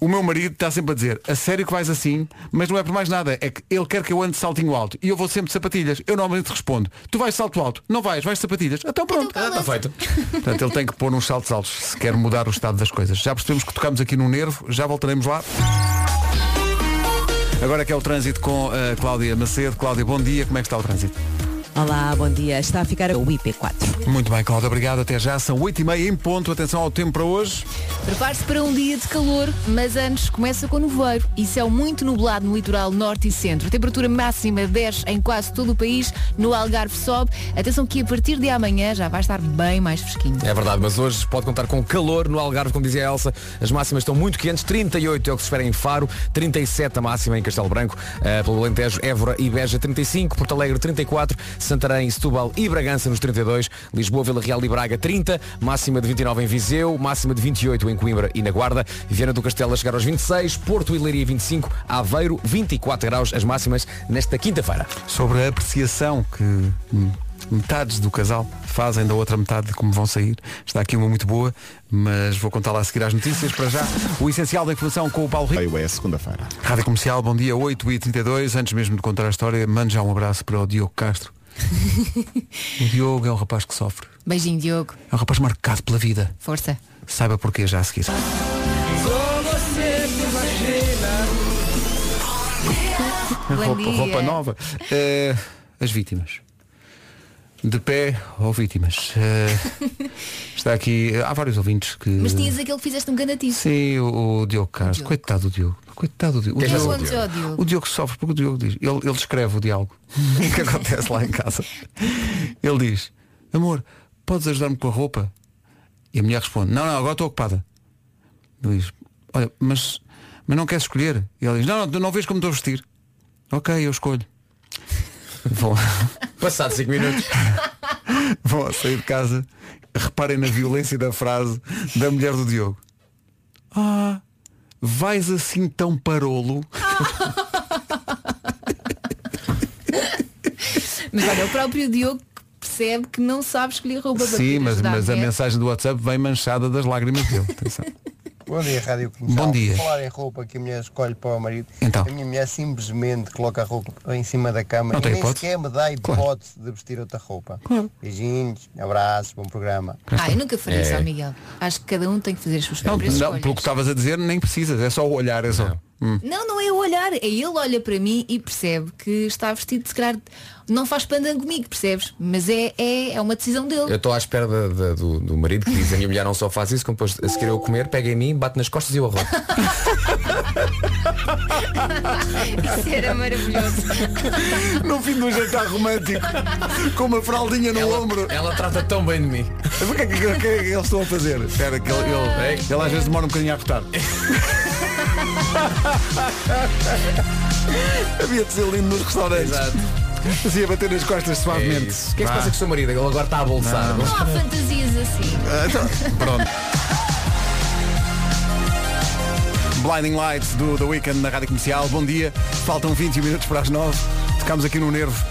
o meu marido está sempre a dizer, a sério que vais assim, mas não é por mais nada, é que ele quer que eu ande de saltinho alto e eu vou sempre de sapatilhas. Eu normalmente respondo, tu vais de salto alto, não vais, vais de sapatilhas. Então pronto. Ah, está feito. Portanto, ele tem que pôr uns saltos altos se quer mudar o estado das coisas. Já percebemos que tocamos aqui no nervo, já voltaremos lá. Agora que é o trânsito com a Cláudia Macedo. Cláudia, bom dia. Como é que está o trânsito? Olá, bom dia. Está a ficar o IP4. Muito bem, Cláudia. Obrigado. Até já. São 8h30 em ponto. Atenção ao tempo para hoje. Prepare-se para um dia de calor, mas antes começa com nevoeiro e céu muito nublado no litoral norte e centro. Temperatura máxima 10 em quase todo o país, no Algarve sobe. Atenção que a partir de amanhã já vai estar bem mais fresquinho. É verdade, mas hoje pode contar com calor no Algarve, como dizia a Elsa. As máximas estão muito quentes. 38 é o que se espera em Faro, 37 a máxima em Castelo Branco, eh, pelo Alentejo, Évora e Beja 35, Porto Alegre 34, Santarém, Setúbal e Bragança nos 32, Lisboa, Vila Real e Braga 30, máxima de 29 em Viseu, máxima de 28 em Coimbra e na Guarda, Viana do Castelo a chegar aos 26, Porto e Leiria 25, Aveiro 24 graus as máximas nesta quinta-feira. Sobre a apreciação que hum, metades do casal fazem da outra metade de como vão sair. Está aqui uma muito boa, mas vou contá-la a seguir às notícias. Para já, o essencial da informação com o Paulo Rico. é segunda-feira. Rádio Comercial, bom dia, 8 e 32 Antes mesmo de contar a história, mando já um abraço para o Diogo Castro. o Diogo é um rapaz que sofre. Beijinho, Diogo. É um rapaz marcado pela vida. Força. Saiba porquê já a seguir. Bom Roupa, dia. roupa nova. Eh, as vítimas. De pé ou vítimas. Eh, está aqui. eh, Há vários ouvintes que. Mas tinhas aquele que fizeste um ganativo. Sim, o, o Diogo Castro. Diogo. Coitado do Diogo. Coitado do Diogo. Quem o, é Diogo o Diogo? o Diogo sofre porque o Diogo diz. Ele, ele escreve o diálogo. O que acontece lá em casa? Ele diz, amor, podes ajudar-me com a roupa? E a mulher responde, não, não, agora estou ocupada. Ele diz, olha, mas, mas não queres escolher? E ele diz, não, não, não vês como estou a vestir. Ok, eu escolho. Vão, Passados 5 minutos. vão a sair de casa. Reparem na violência da frase da mulher do Diogo. Ah, vais assim tão parolo. Mas olha, o próprio Diogo percebe que não sabe escolher roupa para Sim, poder mas, ajudar mas é a mulher. mensagem do WhatsApp vem manchada das lágrimas dele. Atenção. Bom dia, Rádio Comercial. Bom dia. Falar em roupa que a mulher escolhe para o marido. Então. A minha mulher simplesmente coloca a roupa em cima da cama Não e tem nem hipótese. sequer me dá hipótese de vestir outra roupa. Beijinhos, abraço, bom programa. Ah, eu nunca faria isso ao Miguel. Acho que cada um tem que fazer as suas É. Não, próprias não, escolhas. pelo que estavas a dizer, nem precisas, é só o olhar, é só. Hum. Não, não é o olhar. É ele olha para mim e percebe que está vestido, se calhar não faz pandan comigo, percebes? Mas é, é, é uma decisão dele. Eu estou à espera da- da- do, do marido que diz a minha mulher não só faz isso, como depois a seguir eu comer, pega em mim, bate nas costas e eu arroto. Isso era maravilhoso. No fim de um jantar romântico, com uma fraldinha no ombro. Ela trata tão bem de mim. Ah, O que é que, o que é que eles estão a fazer? Espera, que ele, é. ele- ele às vezes demora um bocadinho a rotar. Havia de ser lindo nos restaurantes. Exato. Assim, a bater nas costas suavemente. O que é que se passa com o seu marido? Ele agora está a bolsar. Não há fantasias assim. Ah, então, pronto. Blinding Lights do The Weekend na Rádio Comercial. Bom dia. Faltam 20 minutos para as 9. Ficámos aqui no nervo.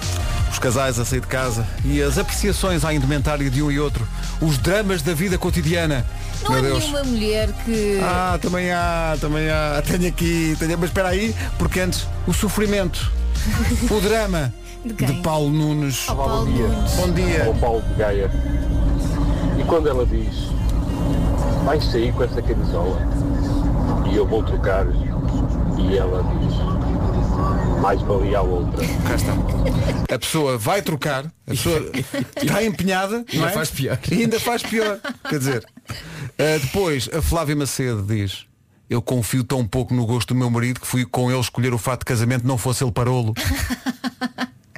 Os casais a sair de casa e as apreciações à indumentária de um e outro. Os dramas da vida cotidiana. Não há Meu Deus. nenhuma mulher que. Ah, também há, também há. Tenho aqui, tenho... mas espera aí, porque antes, o sofrimento, o drama de, Paulo Nunes. Oh. Bom dia. Bom dia. Ao Paulo de Gaia. E quando ela diz, vais sair com essa camisola e eu vou trocar. E ela diz, mais valia a outra. Cá está. A pessoa vai trocar, a pessoa está empenhada, Ainda não é? faz pior. E ainda faz pior. Quer dizer, eh, depois a Flávia Macedo diz. Eu confio tão pouco no gosto do meu marido que fui com ele escolher o fato de casamento não fosse ele parolo.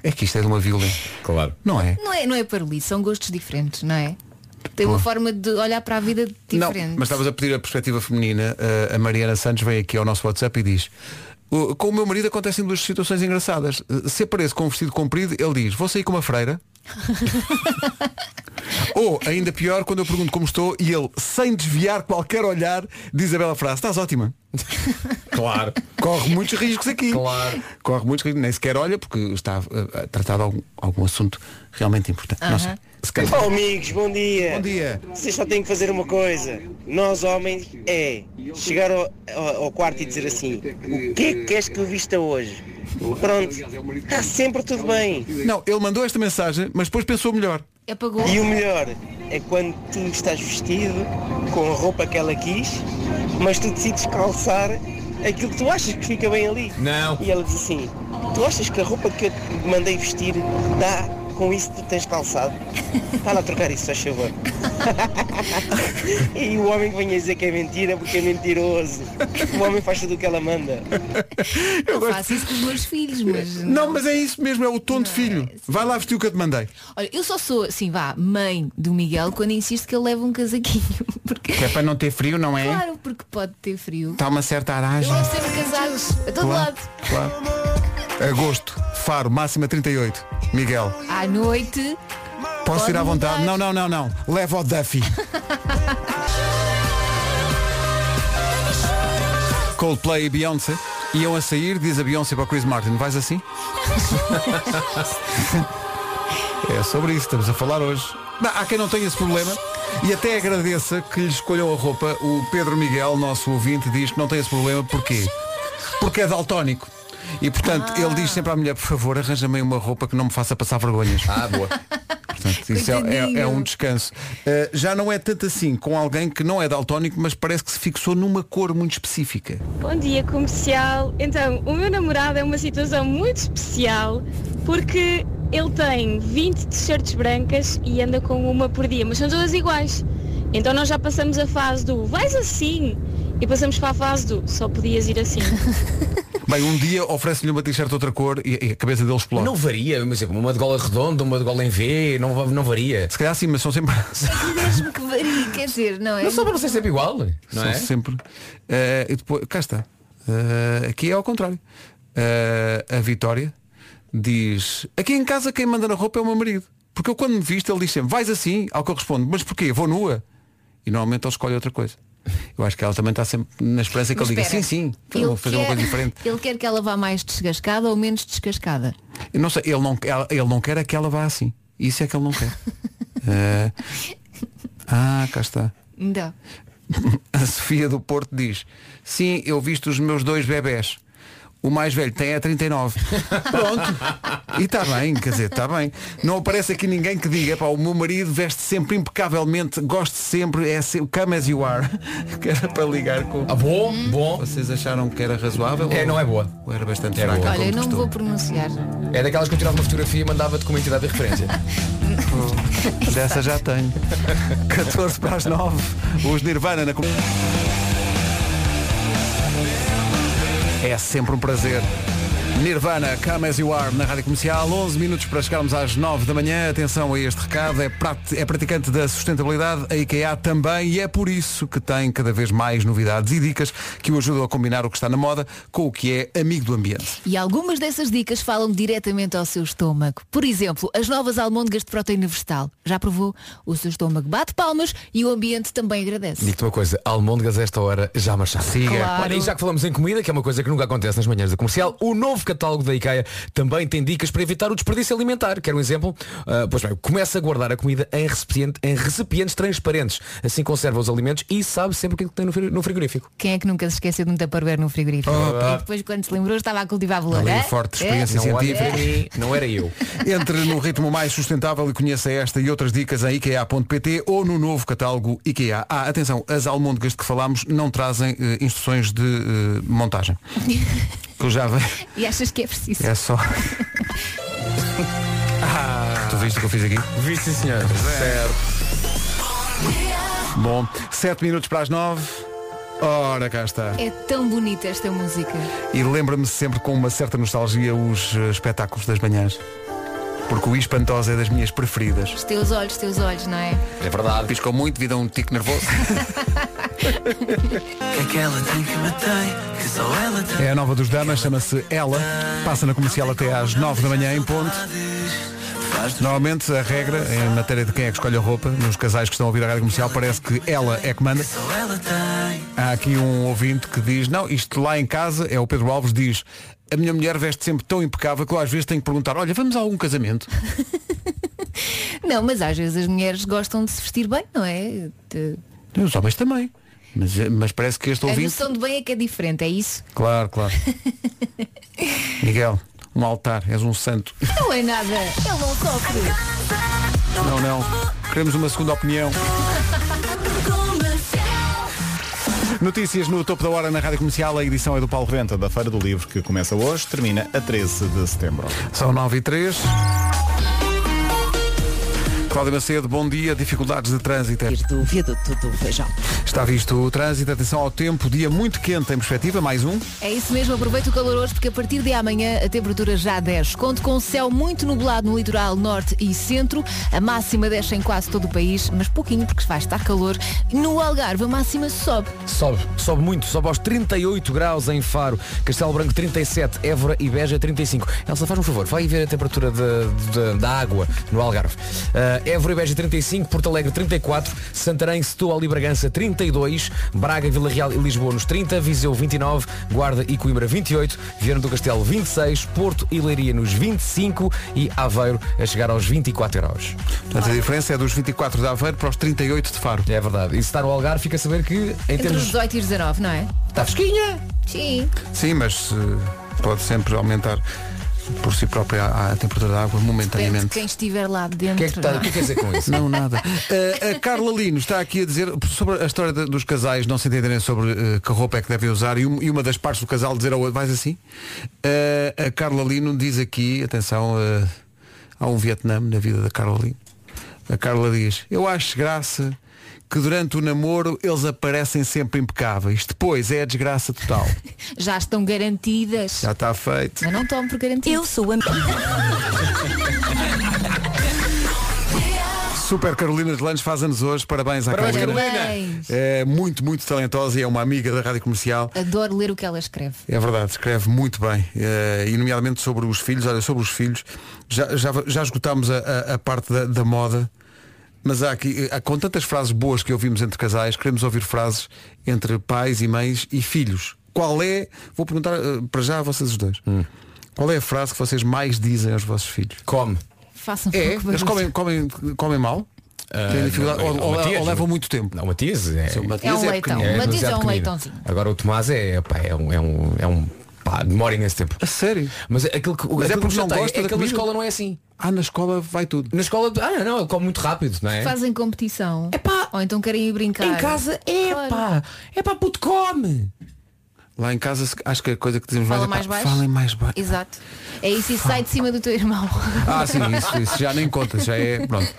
É que isto é de uma violência. Claro. Não é? Não é, não é parolice, são gostos diferentes, não é? Tem Boa. uma forma de olhar para a vida diferente. Mas estavas a pedir a perspectiva feminina. Uh, a Mariana Santos vem aqui ao nosso WhatsApp e diz "O- com o meu marido acontecem duas situações engraçadas. Uh, Se aparece com um vestido comprido, ele diz, vou sair com uma freira. Ou, ainda pior, quando eu pergunto como estou e ele, sem desviar qualquer olhar, diz a bela frase, estás ótima. Claro. Corre muitos riscos aqui. Claro. Corre muitos riscos. Nem sequer olha porque está uh, a tratar de algum, algum assunto realmente importante. Não sei. Se calhar- Oh, amigos, bom dia. Bom dia. Vocês só têm que fazer uma coisa. Nós, homens, é chegar ao, ao- ao quarto e dizer assim: O que é que queres que eu vista hoje? Pronto, está sempre tudo bem. Não, ele mandou esta mensagem, mas depois pensou melhor. Apagou. E o melhor é quando tu estás vestido com a roupa que ela quis, mas tu decides calçar aquilo que tu achas que fica bem ali. Não. E ela diz assim: Tu achas que a roupa que eu te mandei vestir dá com isso que tu tens calçado? Está lá a trocar isso, faz favor. e o homem que venha dizer que é mentira porque é mentiroso. O homem faz tudo o que ela manda. Eu Faço isso com os meus filhos, mas. Não, mas é isso mesmo, é o tom de filho. Vai lá vestir o que eu te mandei. Olha, eu só sou, assim, vá, mãe do Miguel quando insisto que ele leva um casaquinho. Porque, Que é para não ter frio, não é? claro, porque pode ter frio. Está uma certa aragem. Eu levo sempre casados a todo Claro, lado. claro. Agosto, Faro, máxima 38. Miguel, À noite. posso pode ir à vontade? mudar. Não, não, não, não. Leva o Duffy. Coldplay e Beyoncé iam a sair, diz a Beyoncé para o Chris Martin, vais assim? é sobre isso que estamos a falar hoje. Não, há quem não tenha esse problema e até agradeça que lhe escolham a roupa. O Pedro Miguel, nosso ouvinte, diz que não tem esse problema porquê? Porque é daltónico. E portanto, ele diz sempre à mulher, por favor, arranja-me aí uma roupa que não me faça passar vergonhas. Ah, boa. Portanto, isso é, é- é um descanso. Uh, já não é tanto assim com alguém que não é daltónico, mas parece que se fixou numa cor muito específica. Bom dia, comercial. Então, o meu namorado é uma situação muito especial porque ele tem 20 t-shirts brancas e anda com uma por dia, mas são todas iguais. Então nós já passamos a fase do vais assim e passamos para a fase do só podias ir assim. Bem, um dia oferece-lhe uma t-shirt de outra cor e, e a cabeça dele explode. Não varia, mas exemplo, uma de gola redonda, uma de gola em V, não, não varia. Se calhar sim, mas são sempre. Mesmo que varie, quer dizer, não é? Não só para não ser sempre igual. Não São é? sempre. Uh, e depois, cá está. Uh, aqui é ao contrário. Uh, a Vitória diz, aqui em casa quem manda na roupa é o meu marido. Porque eu quando me visto ele diz sempre, vais assim, ao que eu respondo, mas porquê? Vou nua. E normalmente ele escolhe outra coisa. Eu acho que ela também está sempre na esperança que Mas ele diga, sim, espera, sim, ele vou fazer uma coisa diferente. Ele quer que ela vá mais descascada ou menos descascada. Eu não sei, ele não, ela- ele não quer é que ela vá assim. Isso é que ele não quer. Eh, ah, cá está. Não. A Sofia do Porto diz, sim, eu visto os meus dois bebés. O mais velho tem é 39. Pronto. E está bem, quer dizer, está bem. Não aparece aqui ninguém que diga, pá, o meu marido veste sempre impecavelmente, gosto sempre, é se- come as you are. Que era para ligar com. Ah, bom, bom. Vocês acharam que era razoável? É, ou- não é boa. ou Era bastante É fraca. boa. Olha, como eu não costume? vou pronunciar. É daquelas que eu tirava uma fotografia e mandava-te com uma entidade de referência. Dessa já tenho. 14 para as 9. Os Nirvana na com- É sempre um prazer. Nirvana, Come As You Are, na Rádio Comercial, 11 minutos para chegarmos às 9 da manhã. Atenção a este recado, é, prat- é praticante da sustentabilidade, a IKEA também, e é por isso que tem cada vez mais novidades e dicas que o ajudam a combinar o que está na moda com o que é amigo do ambiente. E algumas dessas dicas falam diretamente ao seu estômago. Por exemplo, as novas almôndegas de proteína vegetal. Já provou? O seu estômago bate palmas e o ambiente também agradece. Digo-te uma coisa, almôndegas a esta hora já marchava. Siga. Claro. Olha, e já que falamos em comida, que é uma coisa que nunca acontece nas manhãs da comercial, o novo catálogo da IKEA também tem dicas para evitar o desperdício alimentar. Quer um exemplo? Ah, pois bem, começa a guardar a comida em, recipiente- em recipientes transparentes. Assim conserva os alimentos e sabe sempre o que é que tem no fri- no frigorífico. Quem é que nunca se esqueceu de um tupperware num frigorífico? Ah. e depois, quando se lembrou, estava a cultivar valor. Ali, é? É? forte experiência Não olhem científica. para mim, não era eu. Entre no ritmo mais sustentável e conheça esta e outras dicas em IKEA.pt ou no novo catálogo IKEA. Ah, atenção, as almôndegas de que falámos não trazem eh, instruções de eh, montagem. Que eu já vejo. E achas que é preciso? É só. Tu viste o que eu fiz aqui? Ah. Vi sim senhor. Certo. Bom, 7 minutos para as 9. Ora, cá está. É tão bonita esta música. E lembra-me sempre com uma certa nostalgia os eh, espetáculos das manhãs. Porque o Espantosa é das minhas preferidas. Os teus olhos, teus olhos, não é? É verdade. Piscou muito devido a um tico nervoso. É a nova dos damas, chama-se Ela. Passa na comercial até às 9 da manhã em ponto. Normalmente a regra, em matéria de quem é que escolhe a roupa, nos casais que estão a ouvir a rádio comercial, parece que ela é que manda. Há aqui um ouvinte que diz, não, isto lá em casa, é o Pedro Alves, diz, a minha mulher veste sempre tão impecável que eu às vezes tenho que perguntar, olha, vamos a algum casamento? Não, mas às vezes as mulheres gostam de se vestir bem, não é? De- E Os homens também. Mas, eh, mas parece que este A ouvinte... noção de bem é que é diferente, é isso? Claro, claro. Miguel, um altar, és um santo. Não é nada. Ele não sofre. Não, não. Queremos uma segunda opinião. Notícias no topo da hora na Rádio Comercial. A edição é do Paulo Renta, da Feira do Livro, que começa hoje, termina a 13 de setembro. São 9 e 3. Cláudia Macedo, bom dia. Dificuldades de trânsito. Do viaduto do feijão. Está visto o trânsito. Atenção ao tempo. Dia muito quente em perspectiva. Mais um. É isso mesmo, aproveita o calor hoje porque a partir de amanhã a temperatura já desce. Conto com um céu muito nublado no litoral norte e centro. A máxima desce em quase todo o país, mas pouquinho porque vai estar calor. No Algarve a máxima sobe. Sobe, sobe muito, sobe aos 38 graus em Faro, Castelo Branco 37, Évora e Beja 35. Elsa, faz um favor, vai ver a temperatura da- da- da água no Algarve. Ah, Évora e Beja 35, Porto Alegre 34, Santarém, Setúbal e Bragança 32, Braga, Vila Real e Lisboa nos 30, Viseu 29, Guarda e Coimbra 28, Viana do Castelo 26, Porto e Leiria nos 25 e Aveiro a chegar aos 24 graus. Portanto, a diferença é dos 24 de Aveiro para os 38 de Faro. É verdade. E se está no Algarve, fica a saber que em Entre os termos... Tá, 18 e os 19, não é? Está fresquinha! Sim. Sim, mas eh, pode sempre aumentar por si própria a, a temperatura da água Depende de momentaneamente. quem estiver lá dentro. tá, não é? Não, nada. Eh, a Carla Lino está aqui a dizer sobre a história de- dos casais não se entenderem sobre eh, que roupa é que devem usar e, um- e uma das partes do casal dizer ao outro, vais assim? Eh, a Carla Lino diz aqui, atenção, eh, há um Vietnã na vida da Carla Lino. A Carla diz, eu acho graça que durante o namoro eles aparecem sempre impecáveis. Depois é a desgraça total. Já estão garantidas. Já está feito. Mas não tomo por garantido. Eu sou a Super Carolina de Lange faz anos hoje. Parabéns à Parabéns, Carolina. Carolina. É muito, muito talentosa e é uma amiga da Rádio Comercial. Adoro ler o que ela escreve. É verdade, escreve muito bem. Eh, e nomeadamente sobre os filhos. Olha, sobre os filhos, já, já, já esgotámos a, a- a parte da, da moda, mas há aqui, eh, com tantas frases boas que ouvimos entre casais, queremos ouvir frases entre pais e mães e filhos. Qual é, vou perguntar eh, para já a vocês os dois, Hum. qual é a frase que vocês mais dizem aos vossos filhos? Come. Façam É? pouco Eles barulho. comem, comem, comem mal? Têm dificuldade? Ah, não, ou, não, ou- Matias, ou levam muito tempo? Não, o Matias é, Sim, o Matias É um é leitão. pequenino. O Matias é um demasiado pequenino. leitãozinho. Agora o Tomás é, pá, é, um, é, um, é um Pá, demora imenso tempo. A sério? Mas aquilo que, Mas é aquilo porque que não tem gosta é da que na comida? escola não é assim. Ah, na escola vai tudo. Na escola, ah, não, não, eu como muito rápido, não é? Fazem competição. Ou então querem ir brincar. Em casa, é pá. É pá, puto, come. Lá em casa se- acho que a coisa que dizemos Fala mais mais é baixo. falem mais baixo. Exato. É isso e sai de cima do teu irmão. Ah, sim, isso, isso já nem conta, já é. Pronto.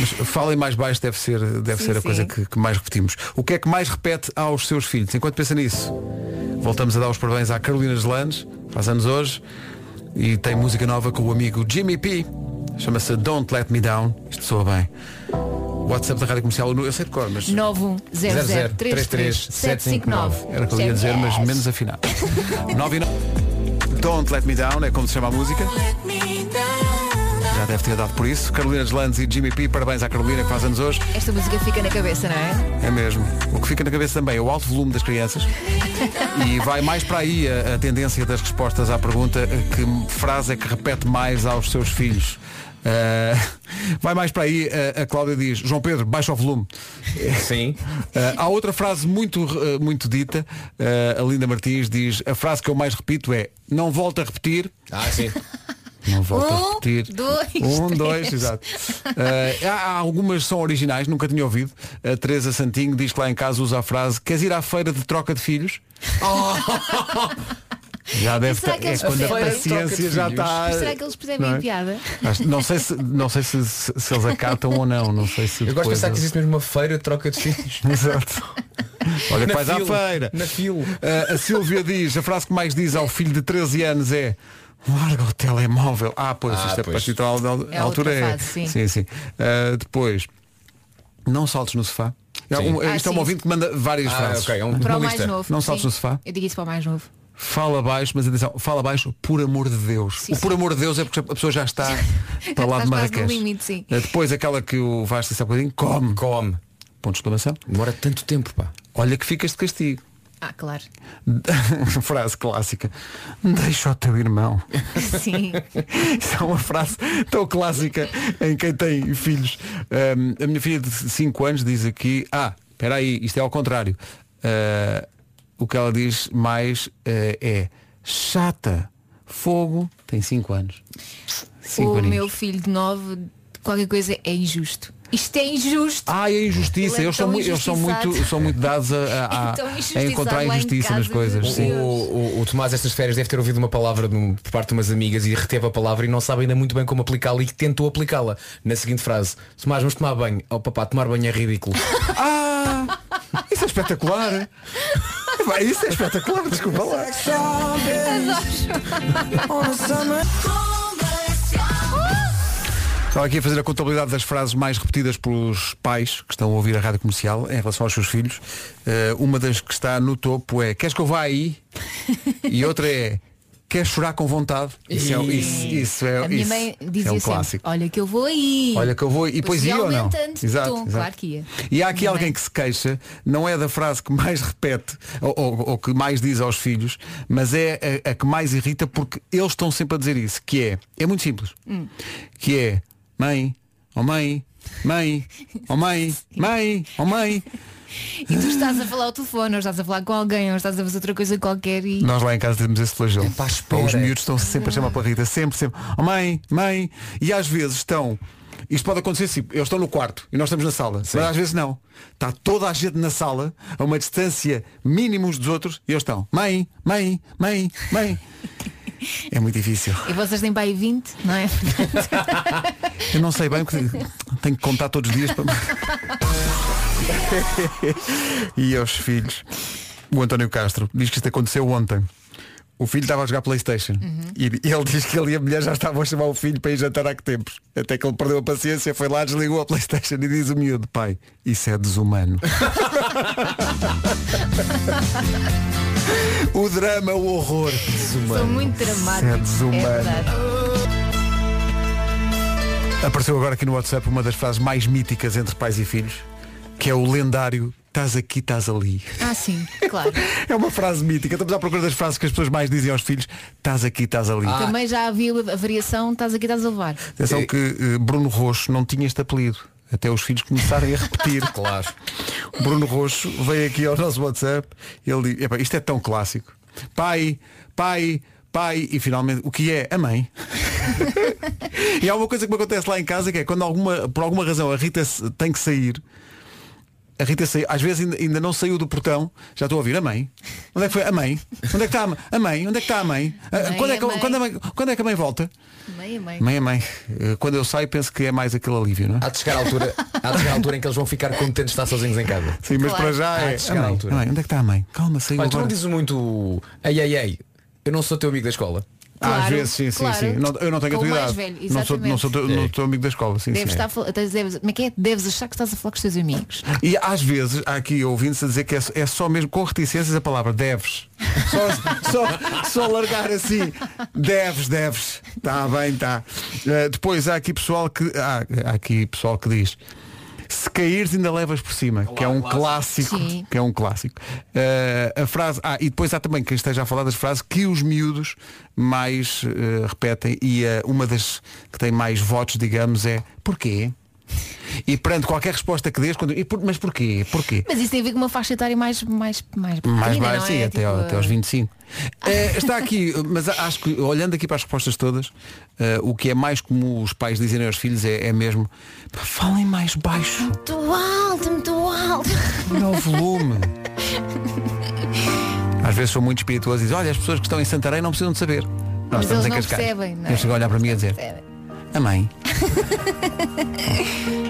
Mas falem mais baixo deve ser, deve Sim, ser a sim. coisa que, que mais repetimos. O que é que mais repete aos seus filhos? Enquanto pensa nisso, voltamos a dar os parabéns à Carolina Gelandes, faz anos hoje, e tem música nova com o amigo Jimmy P. Chama-se Don't Let Me Down. Isto soa bem. WhatsApp da Rádio Comercial, eu sei de cor, mas. 910033759. Era o que eu ia dizer, mas menos afinado. 9 e 9. Don't Let Me Down é como se chama a música. Já deve ter dado por isso. Carolina Deslandes e Jimmy P. Parabéns à Carolina que faz anos hoje. Esta música fica na cabeça, não é? É mesmo. O que fica na cabeça também é o alto volume das crianças. E vai mais para aí a, a tendência das respostas à pergunta eh, que frase é que repete mais aos seus filhos. Eh, vai mais para aí, eh, a Cláudia diz, João Pedro, baixa o volume. Sim. Eh, há outra frase muito, eh, muito dita, eh, a Linda Martins diz, a frase que eu mais repito é, não volto a repetir. Ah, sim. Não volto a Um, repetir. dois, um, três. dois, exato. Eh, há, há algumas que são originais, nunca tinha ouvido. A Teresa Santinho diz que lá em casa usa a frase queres ir à feira de troca de filhos? Oh! Já deve será estar. que eles é quando a percebem? Troca de paciência já filhos. está. Será que eles percebem Ah, não a é? piada? Acho- Não sei, se, não sei se, se- se eles acatam ou não, não sei se. Eu gosto de depois pensar que eles- existe mesmo uma feira de troca de filhos. Exato. Olha, que Na vais à fila, feira. Na fila. Ah, a Silvia diz, a frase que mais diz ao filho de 13 anos é Larga o telemóvel. Ah, pois, Ah, isto é pois. para citar a al- É a altura. outra é. fase, sim. sim. Ah, depois, não saltes no sofá. É um- Ah, isto é um sim. ouvinte que manda várias Ah, frases. ok, é um- Para o Uma mais lista. novo. Não saltes sim. no sofá. Eu digo isso para o mais novo. Fala baixo, mas atenção, fala baixo por amor de Deus. Sim, o por sim. amor de Deus é porque a pessoa já está para lá de Estás quase no Marrakech. limite, sim. Ah, Depois aquela que o Vasco disse há bocadinho, come. Come. Ponto de exclamação. Demora tanto tempo, pá. Olha que ficas de castigo. Ah, claro. frase clássica. Deixa o teu irmão. Sim. Isso é uma frase tão clássica em quem tem filhos. Ahm, a minha filha de 5 anos diz aqui, ah, espera aí, isto é ao contrário. Eh, Ah, o que ela diz mais eh, é chata, fogo, tem 5 anos. Cinco o aninhos. meu filho de 9, qualquer coisa é injusto. Isto é injusto. Ah, é injustiça. Ele é Eles, são, tão mui- eles são injustiçado. muito, são muito dados a, a- a- É tão a injustiçado Ah, encontrar lá em injustiça nas casa, coisas. meu Sim. O, o- o Tomás estas férias deve ter ouvido uma palavra de um- por parte de umas amigas e reteve a palavra e não sabe ainda muito bem como aplicá-la e tentou aplicá-la. Na seguinte frase, Tomás, vamos tomar banho. Oh papá, tomar banho é ridículo. Ah, isso é espetacular. Vai, Isso é espetacular, desculpa lá. Estava aqui a fazer a contabilidade das frases mais repetidas pelos pais que estão a ouvir a rádio comercial em relação aos seus filhos. Eh, uma das que está no topo é queres que eu vá aí? E outra é queres chorar com vontade? Isso é, isso, isso é, a minha isso mãe é dizia um sempre, clássico. olha que eu vou aí. Olha que eu vou e depois ia ia ou não? aumentando de tom, claro que ia. E há aqui alguém que se queixa, não é da frase que mais repete ou, ou- ou que mais diz aos filhos, mas é a, a que mais irrita porque eles estão sempre a dizer isso, que é, é muito simples, que é mãe, oh mãe, mãe, oh mãe, mãe, oh mãe. E tu estás a falar ao telefone, ou estás a falar com alguém, ou estás a fazer outra coisa qualquer e. Nós lá em casa temos esse flagelo. Os miúdos estão sempre a chamar para a Rita, sempre, sempre. Oh, mãe, mãe. E às vezes estão. Isto pode acontecer assim, eles estão no quarto e nós estamos na sala. Mas às vezes não. Está toda a gente na sala, a uma distância mínima uns dos outros, e eles estão. Mãe, mãe, mãe, mãe. É muito difícil. E vocês têm para aí 20, não é? Eu não sei bem porque tenho que contar todos os dias para. e aos filhos. O António Castro diz que isto aconteceu ontem. O filho estava a jogar Playstation e ele diz que ele e a mulher já estavam a chamar o filho para ir jantar há que tempos. Até que ele perdeu a paciência, foi lá, desligou a Playstation e diz o miúdo, pai, isso é desumano. o drama, o horror. Desumano. São muito dramáticos. Isso é desumano. verdade. Apareceu agora aqui no WhatsApp uma das frases mais míticas entre pais e filhos, que é o lendário estás aqui, estás ali. Ah, sim, claro. É uma frase mítica. Estamos à procura das frases que as pessoas mais dizem aos filhos, estás aqui, estás ali. Também já havia a variação, estás aqui, estás a levar. Atenção que eh, Bruno Roxo não tinha este apelido. Até os filhos começarem a repetir. claro. Bruno Roxo veio aqui ao nosso WhatsApp. Ele diz, "Epá, isto é tão clássico. pai, pai, pai e finalmente o que é a mãe. e há uma coisa que me acontece lá em casa que é quando alguma, por alguma razão a Rita se- tem que sair. A Rita saiu, às vezes ainda, ainda não saiu do portão, já estou a ouvir a mãe. Onde é que foi? A mãe? Onde é que está a, mãe? A mãe? Onde é que está a mãe? Ah, Mãe, quando, é a que, mãe. Quando, a mãe- quando é que a mãe volta? Mãe, mãe. Mãe é mãe. Eh, Quando eu saio penso que é mais aquele alívio, não é? Há de chegar à altura, há de chegar à altura em que eles vão ficar contentes de estar sozinhos em casa. Sim, mas para já Há é. de chegar à a mãe, altura. a mãe, onde é que está a mãe? Calma, saiu Olha, tu agora. não dizes muito ei, ei, ei, eu não sou teu amigo da escola. Ah, Às vezes, sim, sim, sim. Não- eu não tenho Com o mais autoridade. velho, não sou, não sou teu, não exatamente. sou amigo da escola, sim, Deves, sim. estar a fal- deves, como é que é? Deves achar que estás a falar com os teus amigos. E às vezes há aqui ouvindo-se a dizer que é, é só mesmo com reticências a palavra deves. Só, só, só largar assim. Deves, deves. Está bem, está. depois há aqui pessoal que. Há, há aqui pessoal que diz. Se caíres ainda levas por cima, que é um clássico. Sim. Que é um clássico. Eh, a frase. Ah, e depois há também quem esteja a falar das frases que os miúdos mais eh, repetem. E eh, uma das que tem mais votos, digamos, é porquê? E perante qualquer resposta que dês, quando, e por- mas porquê? Porquê? Mas isso tem a ver com uma faixa etária mais mais mais Mais pequenina, baixo, não é? sim, até, Tipo, Ah. ao- até aos 25. Eh, está aqui, mas a- acho que olhando aqui para as respostas todas, eh, o que é mais comum os pais dizerem aos filhos é, é mesmo "Pá, falem mais baixo, Muito alto, muito alto. não volume. Às vezes sou muito espirituoso e dizem, olha, as pessoas que estão em Santarém não precisam de saber. Nós Mas estamos eles em não Cascais. percebem, não é? Eles chegam a olhar para mim e a dizer, a mãe.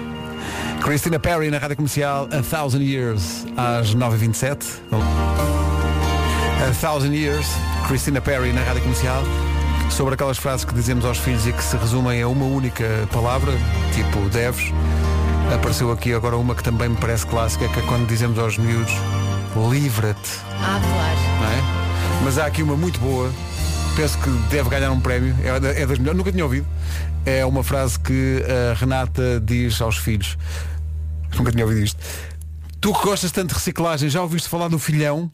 Christina Perry na rádio comercial A Thousand Years às 9h27. A Thousand Years, Christina Perry na rádio comercial. Sobre aquelas frases que dizemos aos filhos e que se resumem a uma única palavra, tipo deves, apareceu aqui agora uma que também me parece clássica, que é quando dizemos aos miúdos, livra-te Ah, claro. não é? Mas há aqui uma muito boa, penso que deve ganhar um prémio, é, da- é das melhores, nunca tinha ouvido. É uma frase que a Renata diz aos filhos. Nunca tinha ouvido isto. Tu que gostas tanto de reciclagem, já ouviste falar do filhão?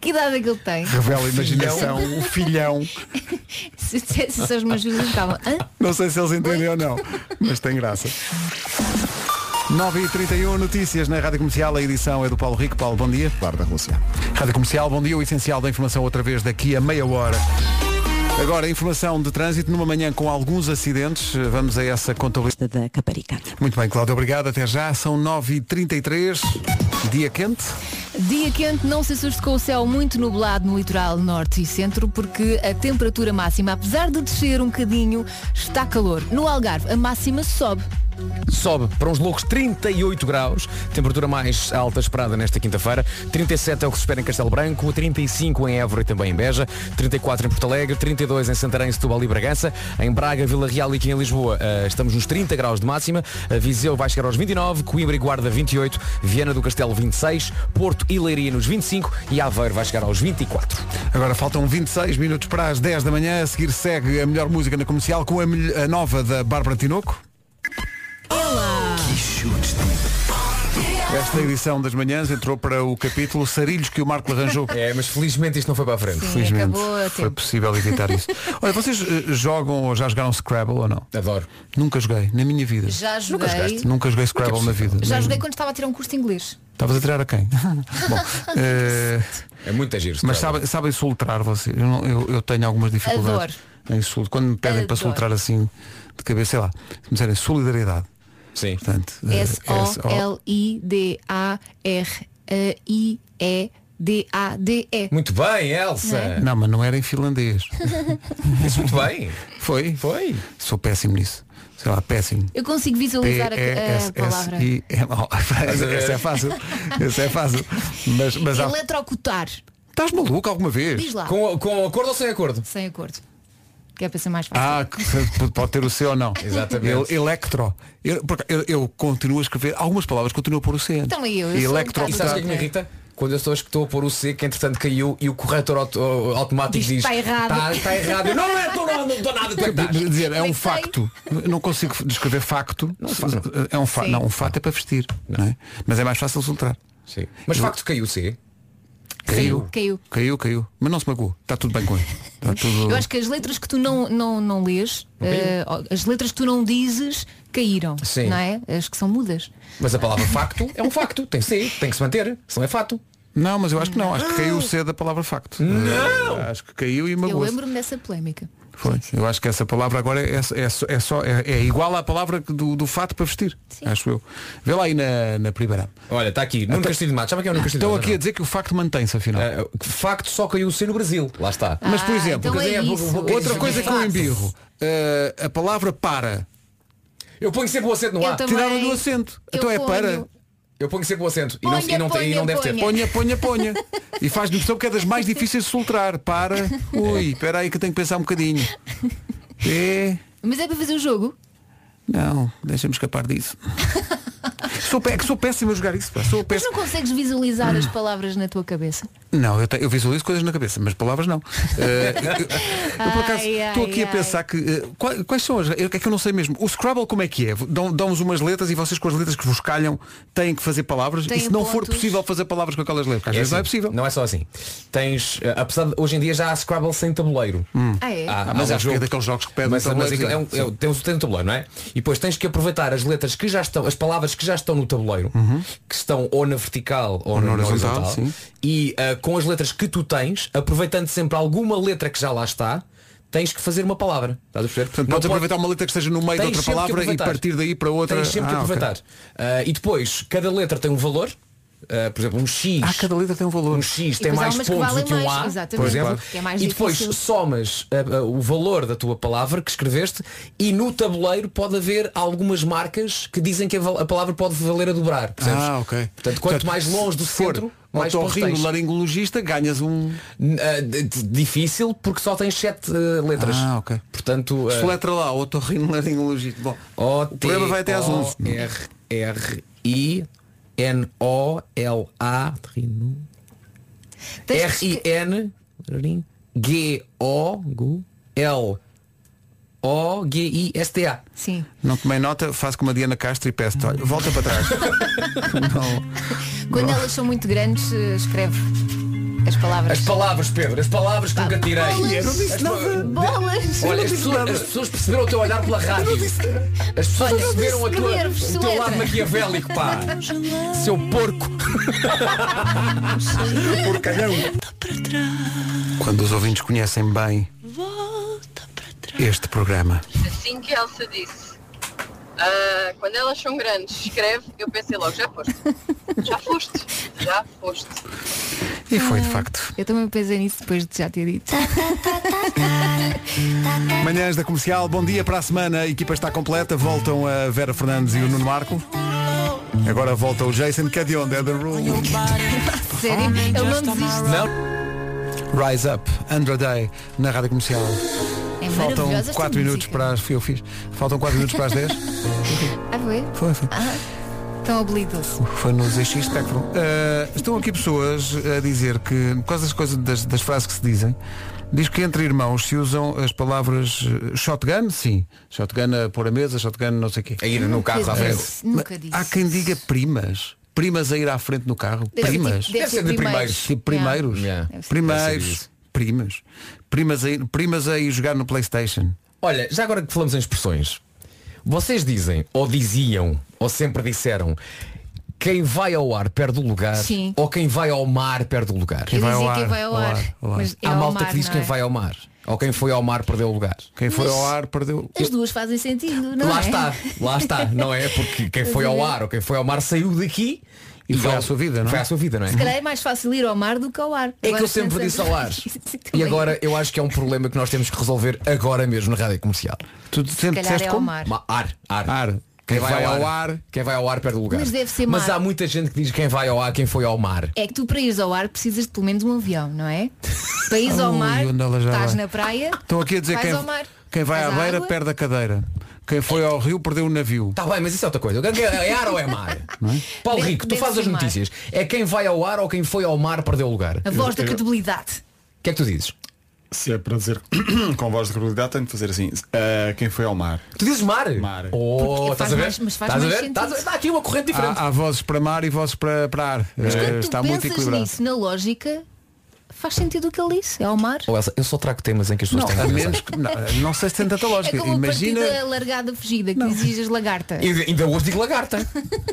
Que idade é que ele tem? Revela a imaginação, o filhão. Se dissesse isso aos meus filhos, eles ficavam. "Hã?" Não sei se eles entendem ou não, mas tem graça. 9h31, notícias na Rádio Comercial, a edição é do Paulo Rico. Paulo, bom dia. Claro, da Rússia. Rádio Comercial, bom dia. O essencial da informação outra vez daqui a meia hora. Agora, a informação de trânsito numa manhã com alguns acidentes. Vamos a essa contabilidade da Caparica. Muito bem, Cláudio, obrigado. Até já. São 9h33, dia quente. Dia quente, não se assuste com o céu muito nublado no litoral norte e centro, porque a temperatura máxima, apesar de descer um bocadinho, está calor. No Algarve, a máxima sobe. Sobe para uns loucos 38 graus, temperatura mais alta esperada nesta quinta-feira. 37 é o que se espera em Castelo Branco, 35 em Évora e também em Beja, 34 em Porto Alegre, 32 em Santarém, Setúbal e Bragança, em Braga, Vila Real e aqui em Lisboa eh, estamos nos 30 graus de máxima, a Viseu vai chegar aos 29, Coimbra e Guarda 28, Viana do Castelo 26, Porto e Leiria nos 25 e Aveiro vai chegar aos 24. Agora faltam 26 minutos para as 10 da manhã. A seguir segue a melhor música na comercial com a, mel- a nova da Bárbara Tinoco. Esta edição das manhãs entrou para o capítulo Sarilhos que o Marco arranjou. É, mas felizmente isto não foi para a frente. Sim, Felizmente acabou a foi tempo. possível evitar isso. Olha, vocês eh, jogam ou já jogaram Scrabble ou não? Adoro. Nunca joguei, na minha vida. Já joguei. é Nunca joguei Scrabble na vida. Já Nem- joguei quando estava a tirar um curso de inglês. Estavas a tirar a quem? Bom, eh, É muito giro. mas sabem sabem soltrar vocês. Eu, não- eu- eu tenho algumas dificuldades. Em soltar. Quando me pedem para Adoro. soltrar assim de cabeça, sei lá, se me disserem solidariedade. Sim. Portanto, eh, S-O-L-I-D-A-R-I-E-D-A-D-E. Muito bem, Elsa. Não, é? mas não era em finlandês. Isso muito bem. Foi? Foi. Sou péssimo nisso. Sei lá, péssimo. Eu consigo visualizar a, a palavra. P-E-S-S-I-M-O. Essa é fácil. Essa é fácil. Mas, mas há... Eletrocutar. Estás maluco alguma vez? é- Diz lá. Com, com acordo ou sem acordo? Sem acordo. Que é para ser mais fácil. Ah, que se- pode ter o C ou não. Exatamente. Ele- electro. Eu, porque eu, eu continuo a escrever, algumas palavras continuo a pôr o C. antes. Então e eu? Eu sou um electro. Tá. bocado E sabes o que é que me irrita? Quando eu sou que estou a pôr o C, que entretanto caiu e o corretor auto- automático diz. Diz, "Está errado." Está, está errado. Eu, não é, estou não, não estou nada, tu é que estás." Dizer, é Bem sei. um facto. Não consigo descrever facto. É um fato. Sim. Não, um fato é para vestir. Não. é? Mas é mais fácil soltar. Sim. Mas de facto caiu o C. Caiu. Caiu. Caiu, caiu. Mas não se magoou. Está tudo bem com ele. Está tudo... Eu acho que as letras que tu não, não, não lês, eh, as letras que tu não dizes, caíram. Sim. Não é? As que são mudas. Mas a palavra facto é um facto. Tem C, tem que se manter. Se não é fato. Não, mas eu acho que não. Acho que caiu cedo a palavra facto. Eh, Não! Acho que caiu e Ah! Eu magoou. lembro-me dessa polémica. Foi. Eu acho que essa palavra agora é, é, só- é só, é, é igual à palavra do, do fato para vestir. Acho eu. Vê lá aí na, na primeira. Olha, está aqui, Nuno Até- Castilho de Matos. Sabe quem é o Nuno Castilho de Estão Matos, então aqui a não? dizer que o facto mantém-se, afinal. É. facto só caiu o C no Brasil. Lá está. Mas, Ah, por exemplo, Quer dizer, é bo- então- bo- outra coisa que eu embirro. eh, a palavra para. Eu ponho sempre o acento no Eu A. também. Tiraram do acento. Eu Então é ponho. para. Eu ponho sempre o acento. E não, e não, tem- e não deve ter. Ponha, ponha, ponha. e faz noção que é das mais difíceis de soltar. Para. Ui, espera aí que eu tenho que pensar um bocadinho. É. Mas é para fazer o jogo? Não, deixa-me escapar disso. sou, pé- é que sou péssimo a jogar isso. pá. Sou Mas péssimo. não consegues visualizar Hum. as palavras na tua cabeça? Não, eu, te- eu visualizo coisas na cabeça, mas palavras não. Eh, eu, eu, por acaso Ai, ai, estou aqui a ai. pensar que eh, qual- quais, são as. eu- É que eu não sei mesmo. O Scrabble como é que é? Dão- Dão-vos umas letras e vocês com as letras que vos calham têm que fazer palavras. Têm e se não for pontos. possível fazer palavras com aquelas letras, que às É vezes não é assim, possível. Não é só assim. Tens, eh, apesar de hoje em dia já há Scrabble sem tabuleiro. Ah, é? Há- Ah, há mas um acho que é daqueles jogos que pedem mas, mas tabuleiro, aquilo é um, sim. é um- temos, tem um tabuleiro, não é? E depois tens que aproveitar as letras que já estão, as palavras que já estão no tabuleiro, que estão ou na vertical ou, na, na horizontal, Uhum. horizontal, sim. e ah, com as letras que tu tens, aproveitando sempre alguma letra que já lá está, tens que fazer uma palavra. Estás a perceber? Portanto, podes aproveitar uma letra que esteja no meio de Tens outra sempre que palavra e aproveitar. partir daí para outra. Tens sempre que Ah, ok. aproveitar. Ah, e depois, cada letra tem um valor. Ah, por exemplo, um X. Ah, cada letra tem um valor. Um X E depois tem há mais umas pontos que do valem que um mais, A. exatamente, Por exemplo. porque é mais e depois difícil. somas ah, ah, o valor da tua palavra que escreveste e no tabuleiro pode haver algumas marcas que dizem que a, val- a palavra pode valer a dobrar. percebes? Ah, ok. Portanto, quanto mais longe do se for um centro, mais pontos otorrino tens. laringologista, ganhas um. Ah, d- d- difícil porque só tens sete ah, letras. Ah, ok. Portanto, ah, Se letra lá, otorrino laringologista. Bom, O, o programa vai até às 11. R R I N O L A Tens R I N G O Gu, L O G I S T A. Sim. Não tomei nota, faço como a Diana Castro e peço olha, volta para trás. não. Quando elas são muito grandes, eh, escreve as palavras. As palavras, Pedro, as palavras que nunca tirei. bolas. As- Eu Tá não disse as- nada. Bolas. Eu não Olha, as disse pessoas, nada. as pessoas perceberam o teu olhar pela rádio. As pessoas Olha, eu perceberam a disse tua, nervos, o teu lado letra. maquiavélico, pá. Seu porco. Porcalhão. Quando os ouvintes conhecem bem este programa. Assim que a Elsa disse, "Ah, quando elas são grandes, escreve, eu pensei logo, já foste. Já foste. Já foste. E foi de facto. Eu também pensei nisso depois de já ter dito. Manhãs da Comercial, bom dia para a semana. A equipa está completa. Voltam a Vera Fernandes e o Nuno Marco. Agora volta o Jason, que é de onde? É da Rule. Sério, É ele não desiste. Rise Up, Andra Day, na Rádio Comercial. É Faltam maravilhosa esta 4 minutos música. para as. Eu fiz. Faltam 4 minutos para as 10. Ah, foi? Foi, foi. Ah, tão habilidoso. Foi no ZX Spectrum. Uh, estão aqui pessoas a dizer que, por causa das coisas das, das frases que se dizem, diz que entre irmãos se usam as palavras uh, shotgun, sim. Shotgun a pôr a mesa, shotgun não sei o quê. A ir no carro à Nunca frente. disse, nunca disse. Há quem diga primas. Primas a ir à frente no carro. Deve ser primas. tipo- deve Deve ser ser de primeiros. primeiros. Tipo primeiros. Yeah. Deve ser. Deve ser Primeiros. isso. Primas. Primas a, ir, primas a ir jogar no Playstation. Olha, já agora que falamos em expressões, vocês dizem, ou diziam, ou sempre disseram, quem vai ao ar perde o lugar, Sim. ou quem vai ao mar perde o lugar. Quem Eu vai ao dizia quem ar, vai ao ao ar, ar, ao ar. mas é Há ao malta mar, que diz não quem é? vai ao mar, ou quem foi ao mar perdeu o lugar. Quem foi Mas- ao ar perdeu. As duas fazem sentido, não lá é? está, lá está, não é? Porque quem foi ao ar ou quem foi ao mar saiu daqui e, foi à sua vida, não é? Foi à sua vida, não é? Se calhar é mais fácil ir ao mar do que ao ar. É que eu sempre disse ao ar. E agora eu acho que é um problema que nós temos que resolver agora mesmo na rádio comercial. Tu sempre calhar disseste é ao como? mar. Ma- Ar, ar. Quem vai ao ar- Quem vai ao ar perde o lugar. Mas deve ser mar. há muita gente que diz quem vai ao ar, quem foi ao mar. É que tu para ires ao ar precisas de pelo menos um avião, não é? Para ires ao Ui, mar, onde ela já estás vai. na praia, Estão aqui a dizer vais quem, ao mar. quem vai Vais à beira água. perde a cadeira. Quem foi ao rio perdeu o navio. Está bem, mas isso é outra coisa. É ar ou é mar? Paulo Deve- Rico, tu deve fazes as ser mar. notícias. É quem vai ao ar ou quem foi ao mar perdeu o lugar. A voz da Eu- eu- credibilidade. O que é que tu dizes? Se é para dizer com voz de credibilidade, tenho de fazer assim. Ah, quem foi ao mar? Tu dizes mar? Mar. Oh, Porque estás faz a ver? mais- mas faz Estás a mais ver? Estás a ver? Está aqui uma corrente diferente. É, Há, há vozes para mar e vozes para, para ar. Eh, Mas quando tu está muito pensas equilibrado. nisso na lógica, Faz sentido o que ele disse. É ao mar. Ou ah, Elsa, eu só trago temas em que as pessoas Não, têm a pensar. menos que- não, não sei se tem tanta É lógica. como Imagina. É. a partida largada fugida que exiges lagarta. E Ainda hoje digo lagarta.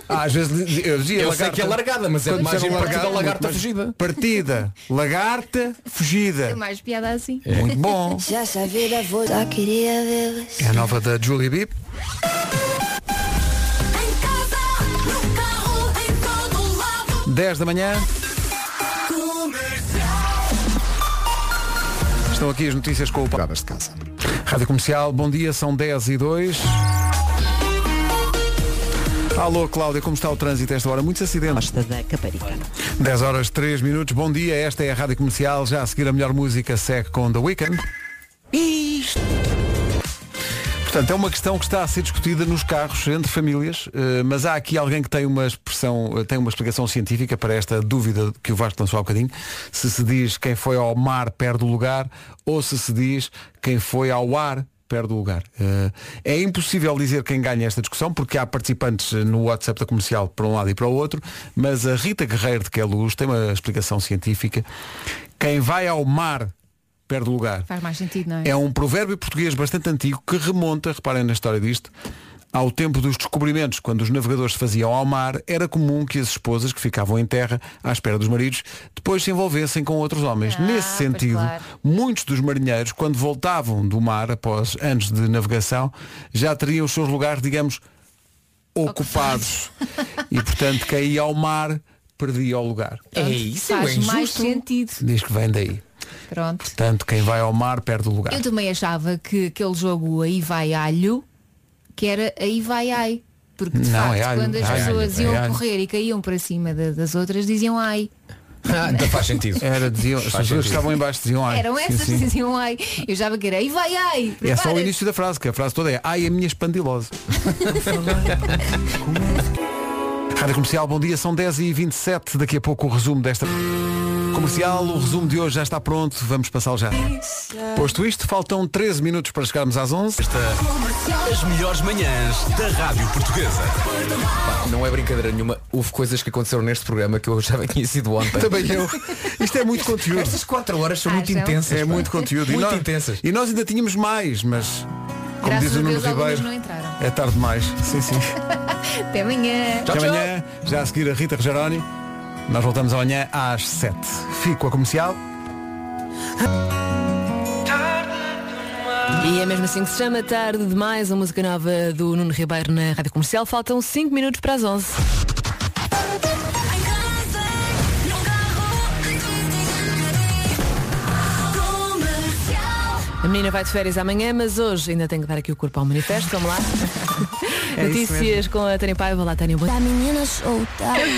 Ah, às vezes di- eu dizia Eu sei lagarta. que é largada, mas é Quando mais disseram em partida lagarta mas fugida. Partida, lagarta É fugida. mais piada assim. Muito bom. Já sabia, vou, já queria vê-las. É a nova da Julie Bieber. carro, em todo lado. 10 da manhã. Estão aqui as notícias com o Palavras de Casa. Rádio Comercial, bom dia, são 10 e 2. Alô, Cláudia, como está o trânsito a esta hora? Muitos acidentes. Costa da Caparica. 10 horas 3 minutos, bom dia, esta é a Rádio Comercial. Já a seguir a melhor música segue com The Weeknd. Portanto, é uma questão que está a ser discutida nos carros, entre famílias, eh, mas há aqui alguém que tem uma expressão, eh, tem uma explicação científica para esta dúvida que o Vasco lançou há bocadinho, se se diz quem foi ao mar perde o lugar, ou se se diz quem foi ao ar perde o lugar. Eh, É impossível dizer quem ganha esta discussão, porque há participantes eh, no WhatsApp da comercial para um lado e para o outro, mas a Rita Guerreiro de Queluz tem uma explicação científica. Quem vai ao mar perde o lugar. Faz mais sentido, não é? É um provérbio português bastante antigo que remonta, reparem na história disto, ao tempo dos descobrimentos, quando os navegadores se faziam ao mar, era comum que as esposas que ficavam em terra, à espera dos maridos, depois se envolvessem com outros homens. Nesse sentido, claro. muitos dos marinheiros, quando voltavam do mar após anos de navegação, já teriam os seus lugares, digamos, ocupados. e, portanto, quem ia ao mar perdia o lugar. Pronto, Faz mais sentido. Diz que vem daí. Pronto. é Portanto, quem vai ao mar perde o lugar. Eu também achava que aquele jogo aí vai alho, que era aí vai ai. Porque de Não, facto, é alho, quando as é alho, pessoas é iam alho. correr e caíam para cima da- das outras, diziam ai. Então faz sentido. Era, diziam, as pessoas que estavam em baixo diziam ai. Eram Sim, essas sim. que um diziam ai. Eu achava que era aí vai ai. É só o prepara-te." início da frase, que a frase toda é Ai, a minha espandilose. Rádio Comercial, bom dia, são 10h27. Daqui a pouco o resumo desta. Comercial, o resumo de hoje já está pronto, vamos passá-lo já. Posto isto, faltam 13 minutos para chegarmos às 11. As melhores manhãs da Rádio Portuguesa. Pá, Não é brincadeira nenhuma, houve coisas que aconteceram neste programa que eu já tinha sido ontem. Também eu. Isto é muito conteúdo. Estas 4 horas são muito intensas. É pá. muito conteúdo. e, Muito nós, intensas. e nós ainda tínhamos mais, mas como Graças diz o a Nuno Deus, algumas Ribeiro, não entraram. é tarde demais. Sim, sim. Até amanhã. Até amanhã, já a seguir a Rita Rogeroni. Nós voltamos amanhã às 7. Fico a comercial. E é mesmo assim que se chama Tarde Demais, a música nova do Nuno Ribeiro na Rádio Comercial. Faltam 5 minutos para as 11. A menina vai de férias amanhã, mas hoje ainda tenho que dar aqui o corpo ao manifesto. Vamos lá. É isso Notícias com a Tânia Paiva. Olá, Tânia. Boa tarde. menina solta.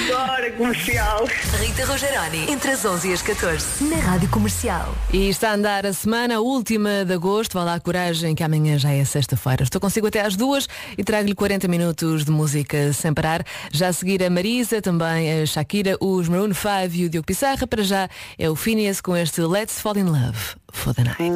Agora comercial. Rita Rogeroni, entre as 11 e as 14, na Rádio Comercial. E está a andar a semana, a última de agosto. Vá lá, coragem, que amanhã já é sexta-feira. Estou consigo até às duas e trago-lhe 40 minutos de música sem parar. Já a seguir a Marisa, também a Shakira, os Maroon 5 e o Diogo Pissarra. Para já é o Phineas com este Let's Fall in Love for the Night.